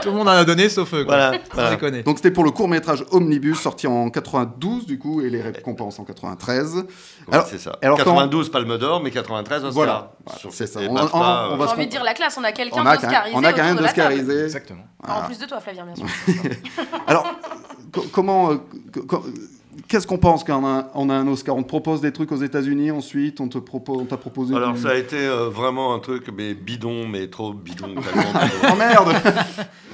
S7: Tout le monde en a donné sauf eux. quoi.
S5: Voilà,
S7: Sans
S5: voilà.
S7: déconner.
S2: Donc c'était pour le court métrage Omnibus sorti en 92 du coup et les récompenses en 93.
S5: Ouais,
S2: Alors,
S5: c'est ça.
S2: alors quand-
S5: 92 Palme d'or, mais 93 Oscar.
S2: Voilà, voilà,
S5: Sur-
S2: c'est ça.
S5: et
S2: On-
S5: BAFTA,
S2: on- on
S5: euh,
S2: va-
S4: J'ai
S2: parce
S4: envie de
S2: qu'on-
S4: dire la classe, on a quelqu'un
S2: on a quand
S4: d'oscarisé.
S2: on a quand même
S4: autour de la table.
S2: d'Oscarisé.
S3: Exactement.
S4: En plus de toi, Flavien, bien sûr.
S2: Alors co- comment euh, co- co- qu'est-ce qu'on pense quand on a, on a un Oscar On te propose des trucs aux États-Unis, ensuite on te propose on t'a proposé
S5: Alors
S2: du-
S5: ça a été euh, vraiment un truc mais bidon, mais trop bidon. tellement bidon.
S2: Oh merde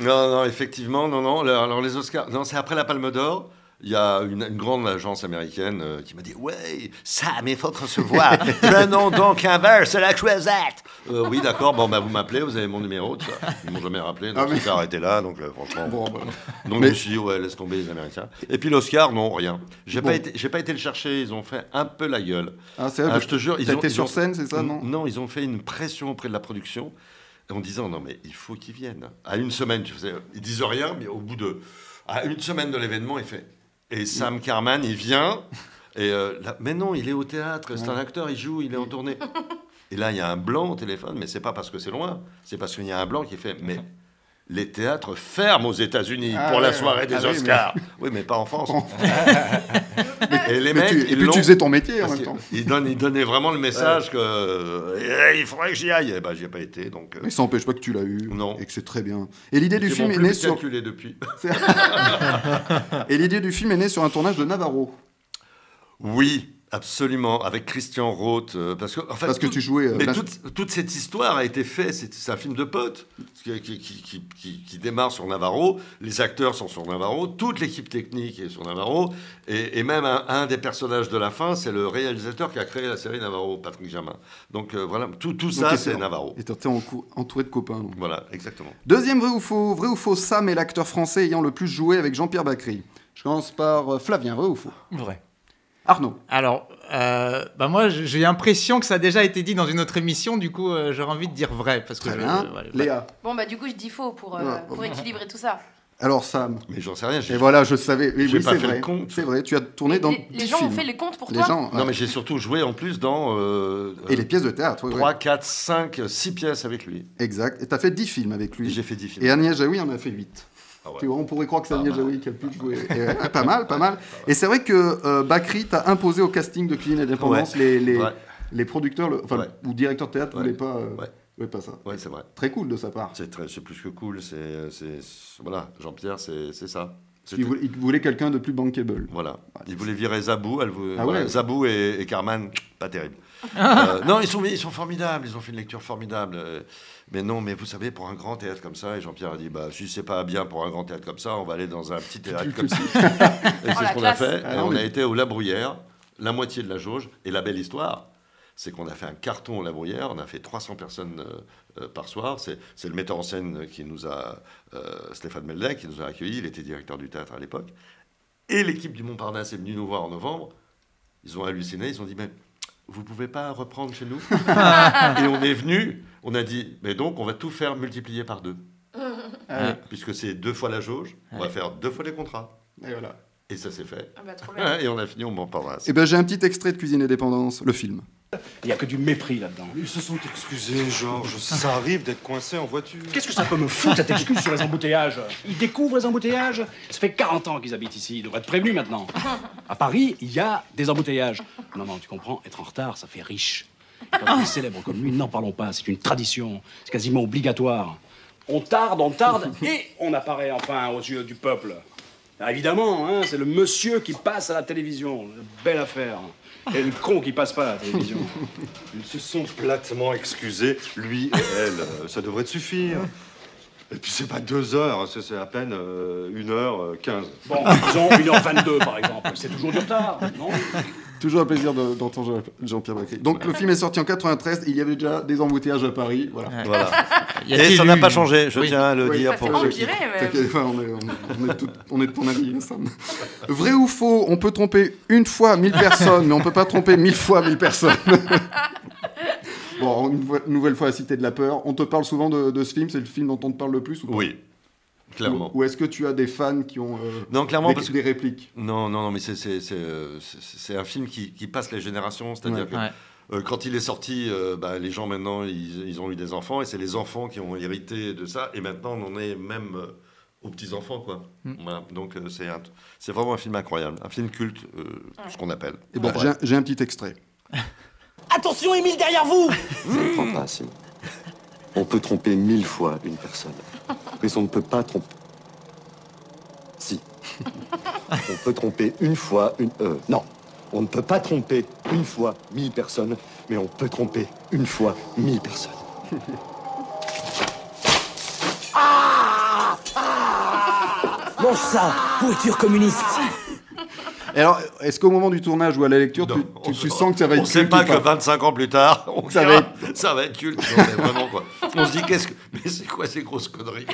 S5: non, non, effectivement, non, non. le- Alors les Oscars, non, c'est après la Palme d'Or. Il y a une, une grande agence américaine euh, qui m'a dit Ouais, ça, mais il faut qu'on se voit. Prenons donc un verre, c'est la croisette. Euh, oui, d'accord, bon, bah, vous m'appelez, vous avez mon numéro. tout ça. Ils m'ont jamais rappelé, donc
S2: Ah, mais-
S5: j'étais arrêté là, donc là, franchement.
S2: Bon, bah,
S5: Donc
S2: Mais-
S5: je me suis dit, ouais, laisse tomber les Américains. Et puis l'Oscar, non, rien. J'ai
S2: Bon.
S5: pas été, j'ai pas été le chercher. Ils ont fait un peu la gueule.
S2: ah, c'est vrai,
S5: Ah, je te jure, ils
S2: t'as
S5: ont-
S2: été
S5: ils
S2: sur
S5: ont-
S2: scène, c'est ça, non
S5: Non, ils ont fait une pression auprès de la production en disant, non mais il faut qu'ils viennent. À une semaine, tu sais, ils disent rien, mais au bout de, à une semaine de l'événement, il fait. Et Sam Carman, il vient. Et euh, là- mais non, il est au théâtre. C'est un acteur, il joue, il est en tournée. Et là, il y a un blanc au téléphone, mais c'est pas parce que c'est loin, c'est parce qu'il y a un blanc qui fait. Mais les théâtres ferment aux États-Unis
S2: Ah
S5: pour
S2: ouais,
S5: la
S2: ouais.
S5: soirée des
S2: Ah oui, mais-
S5: Oscars. Oui mais... pas en France. et les
S2: Mais
S5: mecs,
S2: tu-
S5: ils
S2: Et puis
S5: l'ont- Ah,
S2: tu faisais ton métier en
S5: parce
S2: même
S5: que
S2: temps.
S5: Ils, donnent- ils donnaient vraiment le message que euh, Eh, il faudrait que j'y aille. Eh ben, j'y ai pas été, donc. euh,
S2: Mais ça n'empêche pas que tu l'as eu
S5: Non.
S2: et que c'est très bien. Et l'idée du
S5: ils
S2: film
S5: m'ont
S2: est
S5: plus
S2: née sur
S5: calculé depuis.
S2: et l'idée du film est née sur un tournage de Navarro
S5: Oui, absolument, avec Christian Roth, euh, parce que en fait,
S2: parce que
S5: tout-
S2: tu jouais euh,
S5: Mais
S2: l'ins-
S5: toute, toute cette histoire a été faite, c'est c'est un film de potes qui, qui- qui- qui- qui- qui démarre sur Navarro, les acteurs sont sur Navarro, toute l'équipe technique est sur Navarro, et, et même un, un des personnages de la fin, c'est le réalisateur qui a créé la série Navarro, Patrick Jamin. Donc euh, voilà, tout, tout
S2: Donc,
S5: ça,
S2: t'étais
S5: c'est
S2: en-
S5: Navarro.
S2: Et t'étais en cou- entouré de copains. donc.
S5: Voilà, exactement.
S2: Deuxième vrai ou faux. Vrai ou faux, Sam est l'acteur français ayant le plus joué avec Jean-Pierre Bacry. Je commence par euh, Flavien, vrai ou faux
S3: Vrai.
S2: Arnaud.
S7: Alors euh, bah moi j'ai j'ai l'impression que ça a déjà été dit dans une autre émission du coup euh, j'aurais envie de dire vrai parce que
S2: Très
S7: je-
S2: bien.
S7: je- ouais,
S2: Léa.
S4: Bon, bah, du coup, je dis faux pour, euh,
S2: Ouais,
S4: pour équilibrer tout ça.
S2: Alors Sam.
S5: Mais j'en sais rien. j'ai-
S2: Et voilà, je savais. Oui,
S5: J'ai
S2: oui,
S5: pas
S2: c'est
S5: fait
S2: vrai.
S5: le compte.
S2: C'est vrai, tu as tourné
S4: Les,
S2: dans
S4: les- les
S2: 10
S4: gens ont
S2: films.
S4: fait les comptes pour
S2: Les
S4: toi
S2: gens,
S5: Non,
S2: ouais.
S5: mais j'ai surtout joué en plus dans euh,
S2: Et les pièces de théâtre, oui,
S5: 3, 4, 5, 6 pièces avec lui.
S2: Exact. Et t'as fait 10 films avec
S5: Et
S2: lui.
S5: J'ai fait 10 films.
S2: Et Agnès Jaoui en a fait 8.
S5: Ah ouais.
S2: Tu vois, on pourrait croire que c'est
S5: Pas
S2: Agnès
S5: mal.
S2: Jaoui qui a le plus joué. Et, ouais, pas mal, pas mal. Et c'est vrai que euh, Bacri t'a imposé au casting de Clean Indépendance les, les,
S5: Ouais.
S2: les producteurs le- enfin,
S5: Ouais.
S2: ou directeurs de théâtre
S5: Ouais.
S2: voulaient pas, euh,
S5: Ouais.
S2: voulaient pas ça.
S5: Ouais, c'est vrai.
S2: Très cool de sa part.
S5: C'est très- c'est plus que cool. C'est c'est- c'est- voilà, Jean-Pierre, c'est c'est ça. C'était-
S2: Il voulait, il voulait quelqu'un de plus bankable.
S5: Voilà. Ils voulaient virer Zabou. Elle voulait-
S2: Ah
S5: voilà,
S2: ouais.
S5: Zabou et, et Carman, pas terrible.
S4: Ah.
S5: Euh, non, ils sont, ils sont formidables. Ils ont fait une lecture formidable. Euh, Mais non, mais vous savez, pour un grand théâtre comme ça, et Jean-Pierre a dit, bah, si c'est pas bien pour un grand théâtre comme ça, on va aller dans un petit théâtre comme ça. et c'est
S4: Oh, la
S5: ce qu'on a
S4: classe.
S5: fait.
S2: Ah
S5: et
S2: non,
S5: on
S2: mais-
S5: a été au La Bruyère, la moitié de la jauge. Et la belle histoire, c'est qu'on a fait un carton au La Bruyère. On a fait 300 personnes euh, euh, par soir. C'est c'est le metteur en scène qui nous a, euh, Stéphane Meldec, qui nous a accueillis. Il était directeur du théâtre à l'époque. Et l'équipe du Montparnasse est venue nous voir en novembre. Ils ont halluciné, ils ont dit, mais vous pouvez pas reprendre chez nous Et on est venu, on a dit, mais donc on va tout faire multiplier par deux. Hein,
S2: Ah oui.
S5: Puisque c'est deux fois la jauge, on va faire deux fois les contrats.
S2: Et voilà.
S5: Et ça s'est fait.
S4: Ah bah, trop bien.
S5: Et on a fini au Montparnasse.
S2: Eh ben, j'ai un petit extrait de Cuisine et Dépendance, le film.
S9: Il n'y a que du mépris là-dedans.
S11: Ils se sont excusés, Georges. Ça arrive d'être coincé en voiture.
S9: Qu'est-ce que ça peut me foutre, cette excuse sur les embouteillages Ils découvrent les embouteillages Ça fait 40 ans qu'ils habitent ici, ils devraient être prévenus maintenant. À Paris, il y a des embouteillages. Non, non, tu comprends, être en retard, ça fait riche. Quand on est célèbre comme lui, n'en parlons pas, c'est une tradition, c'est quasiment obligatoire. On tarde, on tarde, et on apparaît enfin aux yeux du peuple. Ah, Évidemment, hein, c'est le monsieur qui passe à la télévision. Belle affaire. Et le con qui passe pas à la télévision.
S11: Ils se sont platement excusés, lui et elle. Euh, Ça devrait te suffire. Et puis c'est pas deux heures, hein, c'est c'est à peine euh, une heure euh, quinze.
S9: Bon, disons 1h22 par exemple. C'est toujours du retard, non
S2: Toujours un plaisir de- d'entendre Jean- Jean-Pierre Bacry. Donc le film est sorti en 93, il y avait déjà des embouteillages à Paris. Voilà.
S5: Voilà.
S7: Y a-t-il
S5: Et ça n'a
S7: eu-
S5: pas changé, je tiens à le
S2: Oui.
S5: dire
S4: Ça
S5: pour
S4: s'est
S5: ceux
S4: empiré, même.
S2: T'inquiète pas, on est, on- on est tout- on est de ton avis, Sam. Vrai ou faux, on peut tromper une fois 1000 personnes, mais on peut pas tromper mille fois 1000 personnes. bon, une fois- nouvelle fois, à Cité de la Peur. On te parle souvent de, de ce film, c'est le film dont on te parle le plus ou pas
S5: Oui, clairement.
S2: Ou, ou est-ce que tu as des fans qui ont euh,
S5: Non, clairement,
S2: des,
S5: parce que-
S2: des répliques
S5: Non, non, non, mais c'est- c'est c'est, euh, c'est- c'est un film qui, qui passe les générations, c'est-à-dire
S2: Ouais.
S5: que euh, quand il est sorti, euh, bah, les gens maintenant, ils, ils ont eu des enfants, et c'est les enfants qui ont hérité de ça, et maintenant on en est même euh, aux petits-enfants, quoi.
S2: Mm.
S5: Voilà. Donc euh, c'est un- c'est vraiment un film incroyable, un film culte, euh, ce qu'on appelle.
S2: Eh ben,
S5: En vrai.
S2: j'ai un- j'ai un petit extrait.
S12: Attention, Émile, derrière vous
S10: Je ne comprends pas, Simon. On peut tromper mille fois une personne, mais on ne peut pas tromper. Si. On peut tromper une fois une. euh, non. On ne peut pas tromper une fois mille personnes, mais on peut tromper une fois mille personnes.
S12: Mange ça, pourriture communiste
S2: Et Alors, est-ce qu'au moment du tournage ou à la lecture, tu,
S5: Non,
S2: tu-
S5: on-
S2: tu sens que ça va être
S5: On sait
S2: culte
S5: pas
S2: ou
S5: que 25 ans plus tard, on
S2: Ça
S5: ça,
S2: va
S5: va être... ça va être culte. Non, mais vraiment, quoi. On se dit, qu'est-ce que. Mais c'est quoi ces grosses conneries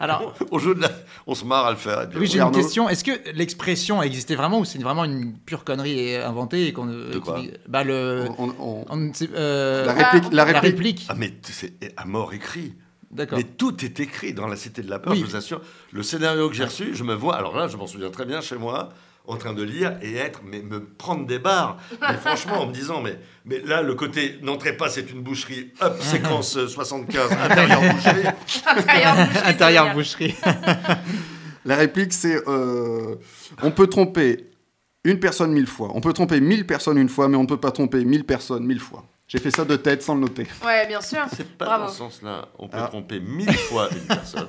S7: Alors,
S5: on, joue de la... on se marre à le faire. et puis
S7: Oui, j'ai
S5: on-
S7: une
S2: Arnaud.
S7: question. Est-ce que l'expression a existé vraiment ou c'est vraiment une pure connerie et inventée et qu'on ne-
S5: De quoi
S7: qui- bah le
S2: pas On- on-
S7: on ne sait- euh,
S2: Oh. La réplique, la réplique.
S5: Ah, mais t- c'est à mort écrit.
S7: D'accord.
S5: Mais tout est écrit dans La Cité de la Peur,
S7: Oui.
S5: je vous assure. Le scénario que j'ai reçu, je me vois, alors là, je m'en souviens très bien chez moi, en train de lire et être, mais me prendre des barres. Mais franchement, en me disant, mais, mais là, le côté n'entrez pas, c'est une boucherie, hop, séquence euh, 75,
S7: Ah,
S5: intérieur boucherie.
S4: Intérieur boucherie, c'est
S7: Intérieur
S4: génial.
S7: boucherie.
S2: La réplique, c'est euh, on peut tromper une personne mille fois, on peut tromper mille personnes une fois, mais on ne peut pas tromper mille personnes mille fois. J'ai fait ça de tête sans le noter.
S4: Ouais, bien sûr. Euh,
S5: C'est pas
S4: Bravo.
S5: dans ce sens-là. On peut
S2: Ah.
S5: tromper mille fois une personne.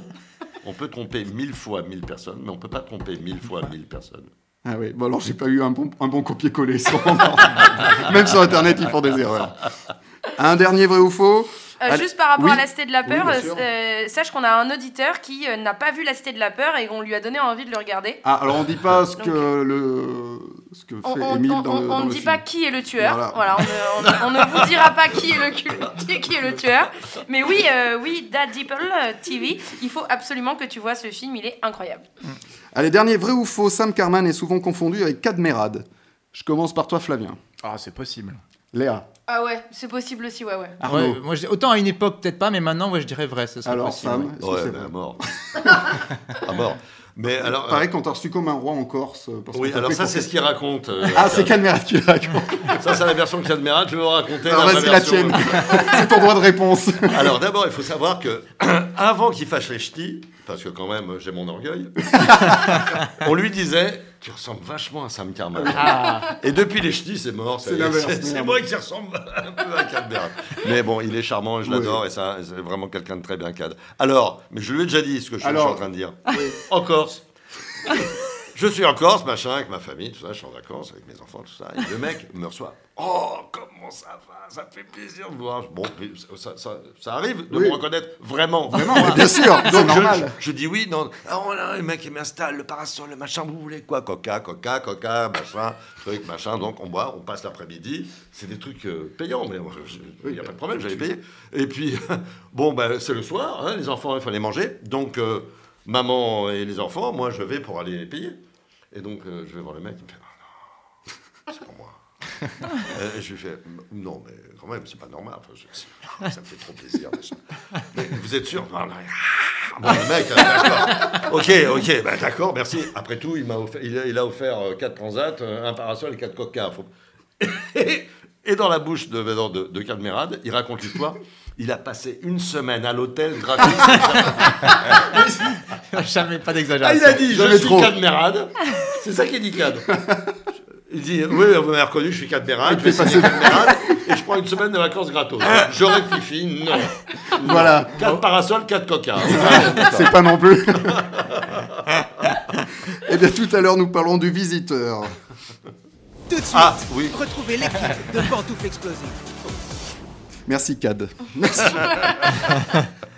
S5: On peut tromper mille fois mille personnes, mais on peut pas tromper mille fois mille personnes.
S2: Ah oui, bon alors j'ai pas eu un bon, un bon copier-coller. sans- Même sur Internet, ils font des erreurs. Un dernier vrai ou faux
S4: Euh,
S2: Allez.
S4: juste par rapport
S2: Oui.
S4: à la Cité de la
S2: Oui,
S4: Peur,
S2: bien sûr.
S4: euh, sache qu'on a un auditeur qui euh, n'a pas vu la Cité de la Peur et on lui a donné envie de le regarder.
S2: Ah, alors on dit pas ce
S4: Donc-
S2: que, le, ce que
S4: On,
S2: fait
S4: on-
S2: Émile
S4: on-
S2: dans le,
S4: on-
S2: dans
S4: on ne
S2: le
S4: dit
S2: film.
S4: pas qui est le tueur.
S2: Voilà.
S4: Voilà. on, ne- on- on ne vous dira pas qui est le cul- qui, qui est le tueur. Mais oui, euh, oui, Dad Deeple euh, TV. Il faut absolument que tu vois ce film. Il est incroyable.
S2: Allez, dernier vrai ou faux Sam Carman est souvent confondu avec Cadmerade. Je commence par toi, Flavien.
S3: Ah, c'est possible.
S2: Léa,
S4: Ah ouais, c'est possible aussi. Ouais, ouais.
S2: Arnaud.
S7: Ouais, moi, je- autant à une époque peut-être pas, mais maintenant, ouais, je dirais vrai. Ce serait
S2: alors
S7: possible,
S2: Sam,
S7: ouais.
S2: est-ce que
S5: Ouais,
S2: c'est
S5: ben,
S2: vrai
S5: à mort. à mort. Mais alors. euh,
S2: Ah, Pareil qu'on t'a reçu comme un roi en Corse. euh, Parce
S5: oui,
S2: qu'on t'a
S5: alors
S2: fait
S5: ça,
S2: qu'on-
S5: c'est ce qu'il raconte. euh,
S2: Ah, c'est Cadmerade qui l'a raconté.
S5: Ça, c'est la version que j'admire. Je vais vous raconter.
S2: Alors
S5: vraie
S2: vas-y, la
S5: version.
S2: tienne. c'est ton droit de réponse.
S5: Alors d'abord, il faut savoir que avant qu'il fâche les ch'tis, parce que quand même, j'ai mon orgueil, on lui disait Tu ressembles vachement à Sam Carman. Et depuis les ch'tis, c'est mort.
S2: Ah.
S5: ça
S2: C'est
S5: y est,
S2: l'inverse,
S5: C'est c'est
S2: merde.
S5: moi qui ressemble un peu à Cadmer. Mais bon, il est charmant et je
S2: Oui.
S5: l'adore. Et ça, c'est vraiment quelqu'un de très bien cadre. Alors, mais je lui ai déjà dit ce que je,
S2: Alors.
S5: je suis en train de dire. En Corse. Je suis en Corse, machin, avec ma famille, tout ça, je suis en vacances avec mes enfants, tout ça. Et le mec me reçoit. Oh, comment ça va Ça me fait plaisir de vous voir. Bon, ça, ça- ça arrive de
S2: Oui.
S5: me reconnaître vraiment.
S2: Vraiment, ouais, bien sûr, c'est
S5: Donc je-
S2: normal.
S5: Je, je dis oui, non. Ah, on a un mec qui m'installe le parasol, le machin, vous voulez quoi Coca, coca, coca, machin, truc, machin. Donc on boit, on passe l'après-midi. C'est des trucs euh, payants, mais il n'y a pas de problème, j'avais payé. Et puis, bon, ben, c'est le soir, hein, les enfants, il fallait manger. Donc, euh, maman et les enfants, moi, je vais pour aller les payer. Et donc, euh, je vais voir le mec, il me fait Ah non, c'est pour moi. Euh, et je lui fais Non, mais quand même, c'est pas normal. Enfin, je- ça me fait trop plaisir. machin. Mais vous êtes sûr Non, non, Bon, le mec, euh, d'accord. Ok, ok, bah, d'accord, merci. Après tout, il m'a offert, il a, il a offert 4 transats, euh, un parasol et 4 coca. Faut- et dans la bouche de, de, de, de Cadmerade, il raconte l'histoire. Il a passé une semaine à l'hôtel gratuit.
S7: Jamais pas
S5: Ah,
S7: d'exagération.
S5: il a dit, je
S2: Jamais
S5: suis
S2: trop.
S5: Cadmerade. C'est ça qu'il dit, Cad. Il dit, oui, vous m'avez reconnu, je suis Cadmerade, je vais signer Cadmerade, et je prends une semaine de vacances gratos. Je rectifie, non.
S2: Voilà.
S5: 4 parasols, 4 coca.
S2: C'est pas non plus. Eh bien, tout à l'heure, nous parlons du visiteur.
S1: Tout de suite,
S2: Ah, oui.
S1: retrouvez l'équipe de Pantoufles Explosives.
S2: Merci, Cad. Merci.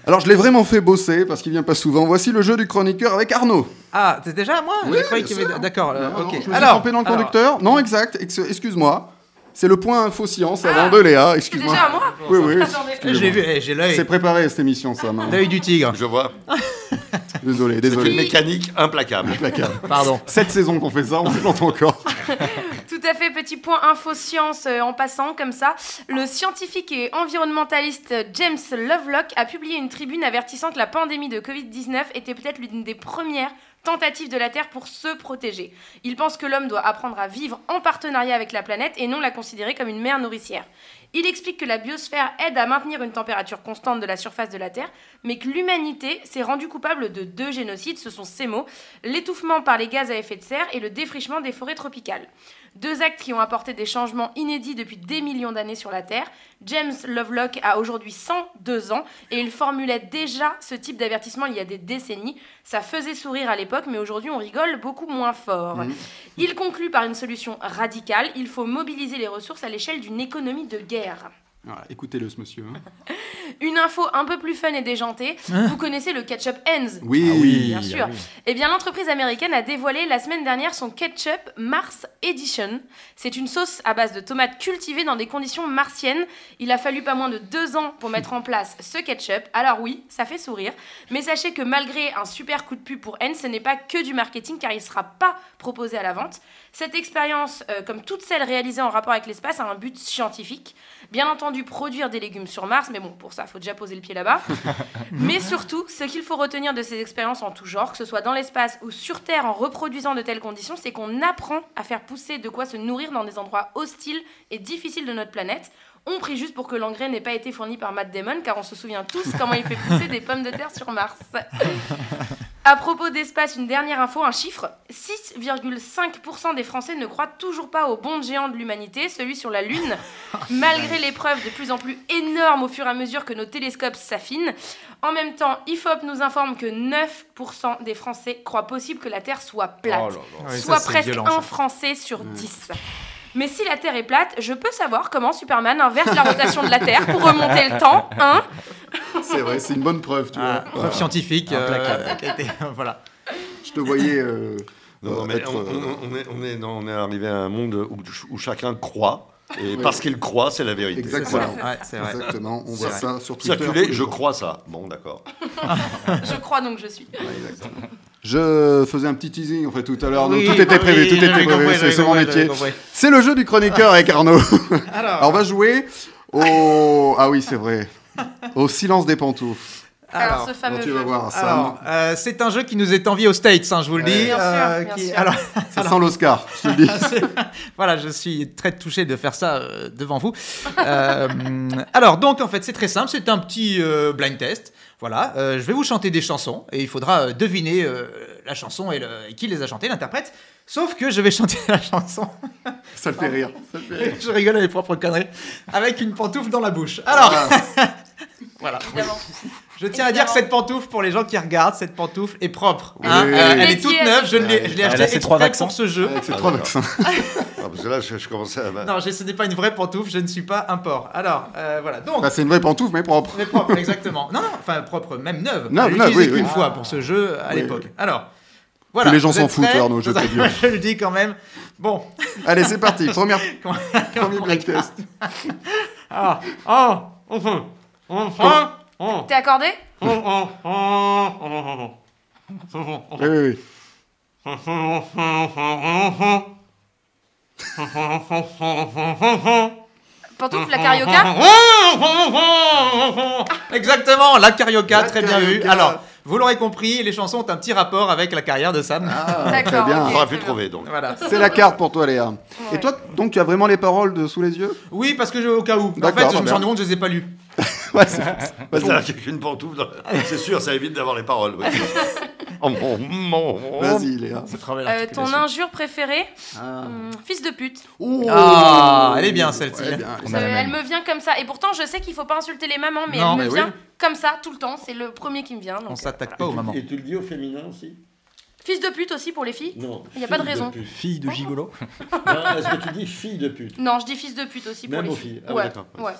S2: Alors, je l'ai vraiment fait bosser parce qu'il vient pas souvent. Voici le jeu du chroniqueur avec Arnaud.
S7: Ah, c'est déjà à moi Je
S2: Oui,
S7: croyais
S2: bien
S7: qu'il y avait-
S2: sûr.
S7: D'accord, euh,
S2: Ah, Non, non,
S7: ok.
S2: je me suis
S7: alors,
S2: trompé dans le
S7: alors,
S2: conducteur. Non, exact. Ex- Excuse-moi. C'est le point info science avant de Léa. Excuse-moi.
S4: Ah, déjà à moi
S2: Oui, oui.
S4: Attendez.
S2: excusez-moi.
S7: J'ai vu, eh, j'ai l'œil.
S2: C'est préparé cette émission, ça. maintenant.
S7: L'œil du tigre.
S5: Je vois.
S2: Désolé,
S5: C'est une
S2: désolé.
S5: mécanique implacable.
S2: Implacable.
S7: Pardon.
S2: Cette saison qu'on fait ça, on l'entend encore.
S4: Tout à fait, petit point info science euh, en passant, comme ça. Le scientifique et environnementaliste James Lovelock a publié une tribune avertissant que la pandémie de Covid-19 était peut-être l'une des premières tentatives de la Terre pour se protéger. Il pense que l'homme doit apprendre à vivre en partenariat avec la planète et non la considérer comme une mère nourricière. Il explique que la biosphère aide à maintenir une température constante de la surface de la Terre, mais que l'humanité s'est rendue coupable de deux génocides, ce sont ses mots, l'étouffement par les gaz à effet de serre et le défrichement des forêts tropicales. Deux actes qui ont apporté des changements inédits depuis des millions d'années sur la Terre. James Lovelock a aujourd'hui 102 ans et il formulait déjà ce type d'avertissement il y a des décennies. Ça faisait sourire à l'époque, mais aujourd'hui on rigole beaucoup moins fort.
S2: Mmh.
S4: Il conclut par une solution radicale, il faut mobiliser les ressources à l'échelle d'une économie de guerre.
S2: Voilà, Ah, Écoutez-le, ce monsieur. hein.
S4: Une info un peu plus fun et déjantée, vous connaissez le ketchup Hens
S2: Oui. Ah oui,
S4: bien
S2: ah
S4: sûr.
S2: oui.
S4: Eh bien, l'entreprise américaine a dévoilé la semaine dernière son ketchup Mars Edition. C'est une sauce à base de tomates cultivées dans des conditions martiennes. Il a fallu pas moins de deux ans pour mettre en place ce ketchup. Alors oui, ça fait sourire. Mais sachez que malgré un super coup de pub pour N, ce n'est pas que du marketing car il ne sera pas proposé à la vente. Cette expérience, euh, comme toutes celles réalisées en rapport avec l'espace, a un but scientifique. Bien entendu, produire des légumes sur Mars, mais bon, pour ça, faut déjà poser le pied là-bas. Mais surtout, ce qu'il faut retenir de ces expériences en tout genre, que ce soit dans l'espace ou sur Terre en reproduisant de telles conditions, c'est qu'on apprend à faire pousser de quoi se nourrir dans des endroits hostiles et difficiles de notre planète. On prie juste pour que l'engrais n'ait pas été fourni par Matt Damon, car on se souvient tous comment il fait pousser des pommes de terre sur Mars. À propos d'espace, une dernière info, un chiffre 6,5% des Français ne croient toujours pas au bond géant de l'humanité, celui sur la Lune, malgré les preuves de plus en plus énormes au fur et à mesure que nos télescopes s'affinent. En même temps, IFOP nous informe que 9% des Français croient possible que la Terre soit plate,
S7: Oh là là. Ouais,
S4: soit
S7: ça, c'est
S4: presque
S7: violent, ça.
S4: un Français sur 10. Mais si la Terre est plate, je peux savoir comment Superman inverse la rotation de la Terre pour remonter le temps, hein
S2: C'est vrai, c'est une bonne preuve, tu vois.
S7: Ah. Preuve scientifique. euh, qui a été- voilà.
S2: Je te voyais. euh,
S5: Non,
S2: euh,
S5: mais
S2: être,
S5: on,
S2: euh,
S5: on- on est, on est- non, on est arrivé à un monde où, ch- où chacun croit. Et
S2: Ouais.
S5: parce qu'il croit, c'est la vérité.
S2: Exactement.
S5: Voilà.
S7: Ouais, c'est vrai.
S2: Exactement. On voit
S5: C'est
S2: ça
S5: vrai.
S2: sur Twitter. tous
S5: Circuler,
S2: les
S5: je
S2: jours.
S5: crois ça. Bon, d'accord.
S4: Je crois donc je suis.
S2: Je faisais un petit teasing en fait tout à l'heure. donc
S7: Oui,
S2: tout était
S7: oui,
S2: prévu,
S7: oui,
S2: tout
S7: j'avais
S2: était
S7: compris,
S2: prévu. c'est-
S7: j'avais
S2: C'est mon
S7: compris,
S2: métier.
S7: j'avais compris.
S2: C'est le jeu du chroniqueur avec Arnaud. Alors, on va jouer au. Ah oui, c'est vrai. Au silence des pantoufles.
S4: Alors,
S7: Alors,
S4: ce fameux
S2: tu
S4: jeu.
S2: vas voir, Sam.
S7: Alors, euh, c'est un jeu qui nous est envié aux States, hein, je vous le dis.
S4: Bien sûr,
S7: euh,
S4: bien
S7: qui-
S4: sûr.
S7: Alors,
S2: Ça sent l'Oscar, je te le dis.
S7: voilà, je suis très touché de faire ça euh, devant vous. Euh, alors, donc, en fait, c'est très simple. C'est un petit euh, blind test. Voilà, euh, je vais vous chanter des chansons et il faudra euh, deviner euh, la chanson et, le- et qui les a chantées, l'interprète. Sauf que je vais chanter la chanson.
S2: Ça le fait rire. Ça le fait rire.
S7: je rigole à mes propres conneries. Avec une pantoufle dans la bouche. Alors, voilà.
S4: Évidemment.
S7: Je tiens à dire que
S4: Évidemment.
S7: cette pantoufle, pour les gens qui regardent, cette pantoufle est propre.
S2: Oui.
S7: hein. Euh, elle
S4: Dédiée
S7: est toute
S4: à
S7: neuve,
S4: ce
S7: je l'ai
S3: jeu.
S7: je l'ai
S3: Elle a
S7: achetée
S3: ses trois
S7: exprès
S3: vaccins.
S7: pour ce jeu.
S2: Avec ces
S5: Ah,
S2: trois
S5: d'accord.
S2: vaccins.
S5: Ah, parce que là, je, je commençais à.
S7: Non, je- ce n'est pas une vraie pantoufle, je ne suis pas un porc. Alors, euh, voilà. Donc,
S2: Bah, c'est une vraie pantoufle, mais propre.
S7: on est propre, exactement. Non, non, enfin, propre, même neuve.
S2: Neuve,
S7: On
S2: neuve,
S7: l'utilisait
S2: oui,
S7: qu'une
S2: oui.
S7: fois pour ce jeu à
S2: Oui,
S7: l'époque. Alors, voilà.
S2: les gens
S7: vous
S2: s'en
S7: êtes
S2: foutent,
S7: prêts
S2: Arnaud, je te dis.
S7: Je le dis quand même. Bon.
S2: Allez, c'est parti. Première,
S7: Comment-
S2: premier blind test.
S7: Ah, ah, enfin, enfin, oh,
S4: T'es accordé
S7: oh, oh, oh, oh, oh.
S2: Oui, oui, oui.
S4: Pantoufle la carioca
S7: Exactement, la carioca,
S2: La
S7: très bien vu.
S2: carioca.
S7: Alors, vous l'aurez compris, les chansons ont un petit rapport avec la carrière de Sam.
S4: D'accord.
S2: bien.
S4: ok,
S5: On
S4: très
S5: aurait pu
S4: bien.
S5: trouver, donc.
S7: Voilà.
S2: C'est la carte pour toi, Léa. Et
S4: Ouais.
S2: toi, donc, tu as vraiment les paroles de sous les yeux
S7: Oui, parce que je, au cas où. En
S2: D'accord,
S7: fait, je
S2: bah
S7: me suis rendu
S2: bien.
S7: compte que je les ai pas lues.
S2: Ouais, c'est- vas-y.
S5: C'est-à-dire qu'avec une pantoufle, dans la- c'est sûr, ça évite d'avoir les paroles. oui. Oh, mon- mon- mon-
S2: Vas-y, Léa.
S4: Euh, ton injure préférée Hum, Fils de pute.
S7: Ah, elle est bien celle-ci. hein.
S2: Ouais, bien.
S4: Ça- elle me vient comme ça. Et pourtant, je sais qu'il faut pas insulter les mamans, mais
S7: Non,
S4: elle me
S7: mais oui.
S4: vient comme ça tout le temps. C'est le premier qui me vient. donc,
S7: On
S3: Oh,
S4: euh,
S7: s'attaque pas aux mamans.
S5: Et tu le dis au féminin aussi
S4: Fils de pute aussi pour les filles
S5: Non.
S4: Il n'y a pas de
S5: fille
S4: raison.
S5: pute.
S3: Fille de gigolo
S5: Non, est-ce que tu dis fille de pute
S4: Non, je dis fils de pute aussi pour
S5: Même
S4: les
S5: aux
S4: filles.
S5: filles. Ah,
S4: ouais.
S5: d'accord.
S4: ouais.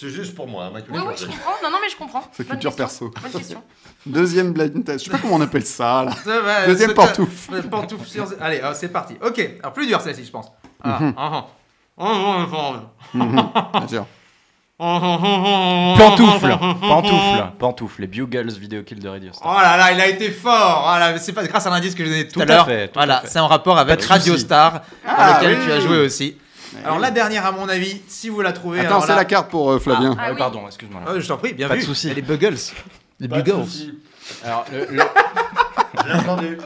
S5: C'est juste pour moi, hein, ma
S4: Oui,
S5: culture.
S4: oui, je comprends. Non, non, mais je comprends.
S2: C'est
S4: Bonne
S2: culture
S4: question.
S2: perso.
S4: Bonne question.
S7: Ah
S2: Deuxième blind test. Je sais pas comment on appelle ça, là.
S7: Ça va,
S2: Deuxième
S7: c'est-
S2: pantoufle.
S7: euh, pantoufle sur- Allez, euh, c'est parti. Ok, alors plus dur celle-ci, je pense. Ah,
S2: Mhm.
S7: ah, ah.
S2: Mhm. Bien sûr.
S7: Oh,
S3: Pantoufle Pantoufle Pantoufle, les Bugles Video Kill de Radio Star.
S7: Oh là là, il a été fort. Ah là, c'est pas grâce à l'indice que j'ai donné tout,
S3: Tout
S7: à
S3: à
S7: l'heure.
S3: fait, tout à
S7: Voilà,
S3: fait.
S7: c'est en rapport avec
S3: Pas de
S7: Radio
S3: souci.
S7: Star,
S3: Ah,
S7: dans lequel
S3: oui.
S7: tu as joué aussi.
S3: Ouais.
S7: Alors la dernière, à mon avis, si vous la trouvez.
S2: Attends,
S7: alors
S2: c'est
S7: là-
S2: la carte pour euh, Flavien.
S7: Ah, ah oui.
S3: Pardon, excuse-moi.
S7: Ah, je t'en prie, bien
S3: Pas
S7: vu.
S3: de souci.
S7: Les Buggles. Les
S3: Pas de souci. Alors, le, le...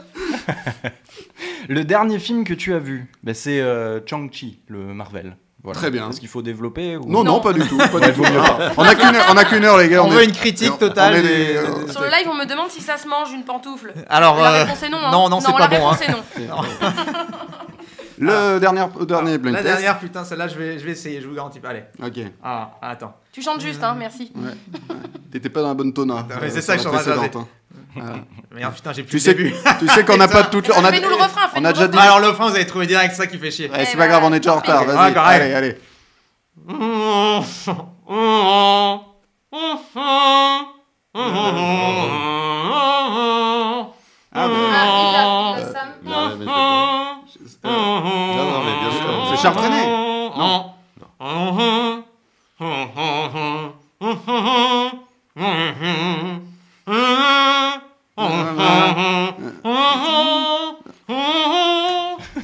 S3: Le dernier film que tu as vu, bah, c'est euh, Chang-Chi, le Marvel. Voilà.
S2: Très bien.
S3: Est-ce qu'il faut développer ou...
S2: Non, non, pas du tout. pas
S3: Ouais,
S2: du
S3: vaut
S2: tout. Ah,
S3: mieux pas.
S2: On a qu'une heure, on a qu'une heure, les gars.
S7: On
S2: est-
S7: veut une critique
S2: on est
S7: totale
S2: des-
S7: des-
S2: euh,
S4: Sur le live, on me demande si ça se mange une pantoufle.
S7: Alors,
S4: la
S7: euh,
S4: réponse est non. hein.
S7: non, non, c'est pas
S4: la
S7: bon,
S4: réponse
S7: hein.
S4: est non.
S2: Le dernier, euh, dernier blind
S7: Ah. La
S2: test.
S7: dernière, putain, celle-là, je vais, je vais essayer, je vous garantis pas. Allez.
S2: Ok.
S7: Ah, attends.
S4: Tu chantes juste, hein, merci.
S2: T'étais pas dans la bonne tona.
S7: mais c'est
S2: euh,
S7: ça que
S2: sur
S7: je
S2: la
S7: suis en train de
S2: précédente, hein. Voilà.
S7: Merde, oh, putain, j'ai plus
S2: Tu
S7: le
S2: sais,
S7: début. Ah,
S2: tu sais qu'on n'a pas toute. On a,
S4: Fais-nous le refrain,
S2: on a
S4: fais-nous
S2: déjà
S4: le
S2: dit.
S4: refrain.
S7: Alors, le frein, vous allez trouver direct, c'est ça qui fait chier. Ah,
S2: Eh, c'est
S4: Eh
S2: pas
S4: ben,
S2: grave, on est déjà en retard.
S7: ouais,
S2: Vas-y,
S7: correct.
S2: allez, allez. Ah, bah,
S4: Ah, il l'a- il l'a, Sam.
S5: Non, mais, mais je- euh, non, non, mais bien sûr.
S2: C'est Charles Trenet.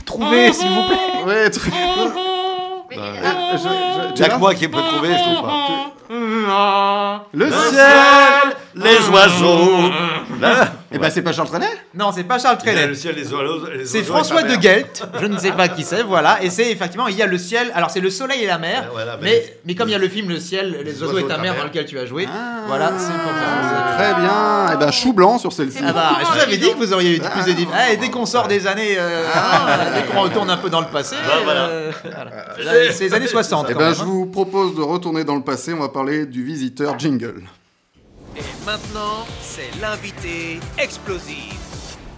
S3: Trouvez, s'il vous plaît.
S2: Ouais, truc. Bah,
S4: Mais-
S2: Je- je-
S5: Il y a que moi qui peux trouver, je trouve pas.
S2: Le
S5: ciel, les oiseaux. Là,
S2: Eh ben, c'est pas Charles Trenet
S7: Non, c'est pas Charles Trenet.
S5: ciel, les oiseaux. les oiseaux
S7: C'est
S5: avec
S7: François
S5: la
S7: de
S5: mer.
S7: Guelt, je ne sais pas qui c'est, voilà. Et c'est effectivement, il y a le ciel, alors c'est le soleil et la mer,
S5: Ouais, voilà, mais-
S7: mais, mais comme il y a le film Le ciel, les oiseaux et ta mère dans lequel tu as joué, voilà, c'est pour ça.
S2: Ah, Très bien. Eh ben, chou blanc sur celle-ci.
S7: Ah bah, je vous avais dit que vous auriez eu plus de diff- Eh, dès qu'on sort des années. euh, hein, dès qu'on retourne un peu dans le passé. euh, voilà. C'est les- C'est les années 60.
S2: Eh
S7: quand
S2: ben,
S7: même,
S2: je
S7: hein.
S2: vous propose de retourner dans le passé. On va parler du visiteur Jingle.
S1: Et maintenant, c'est l'invité explosif.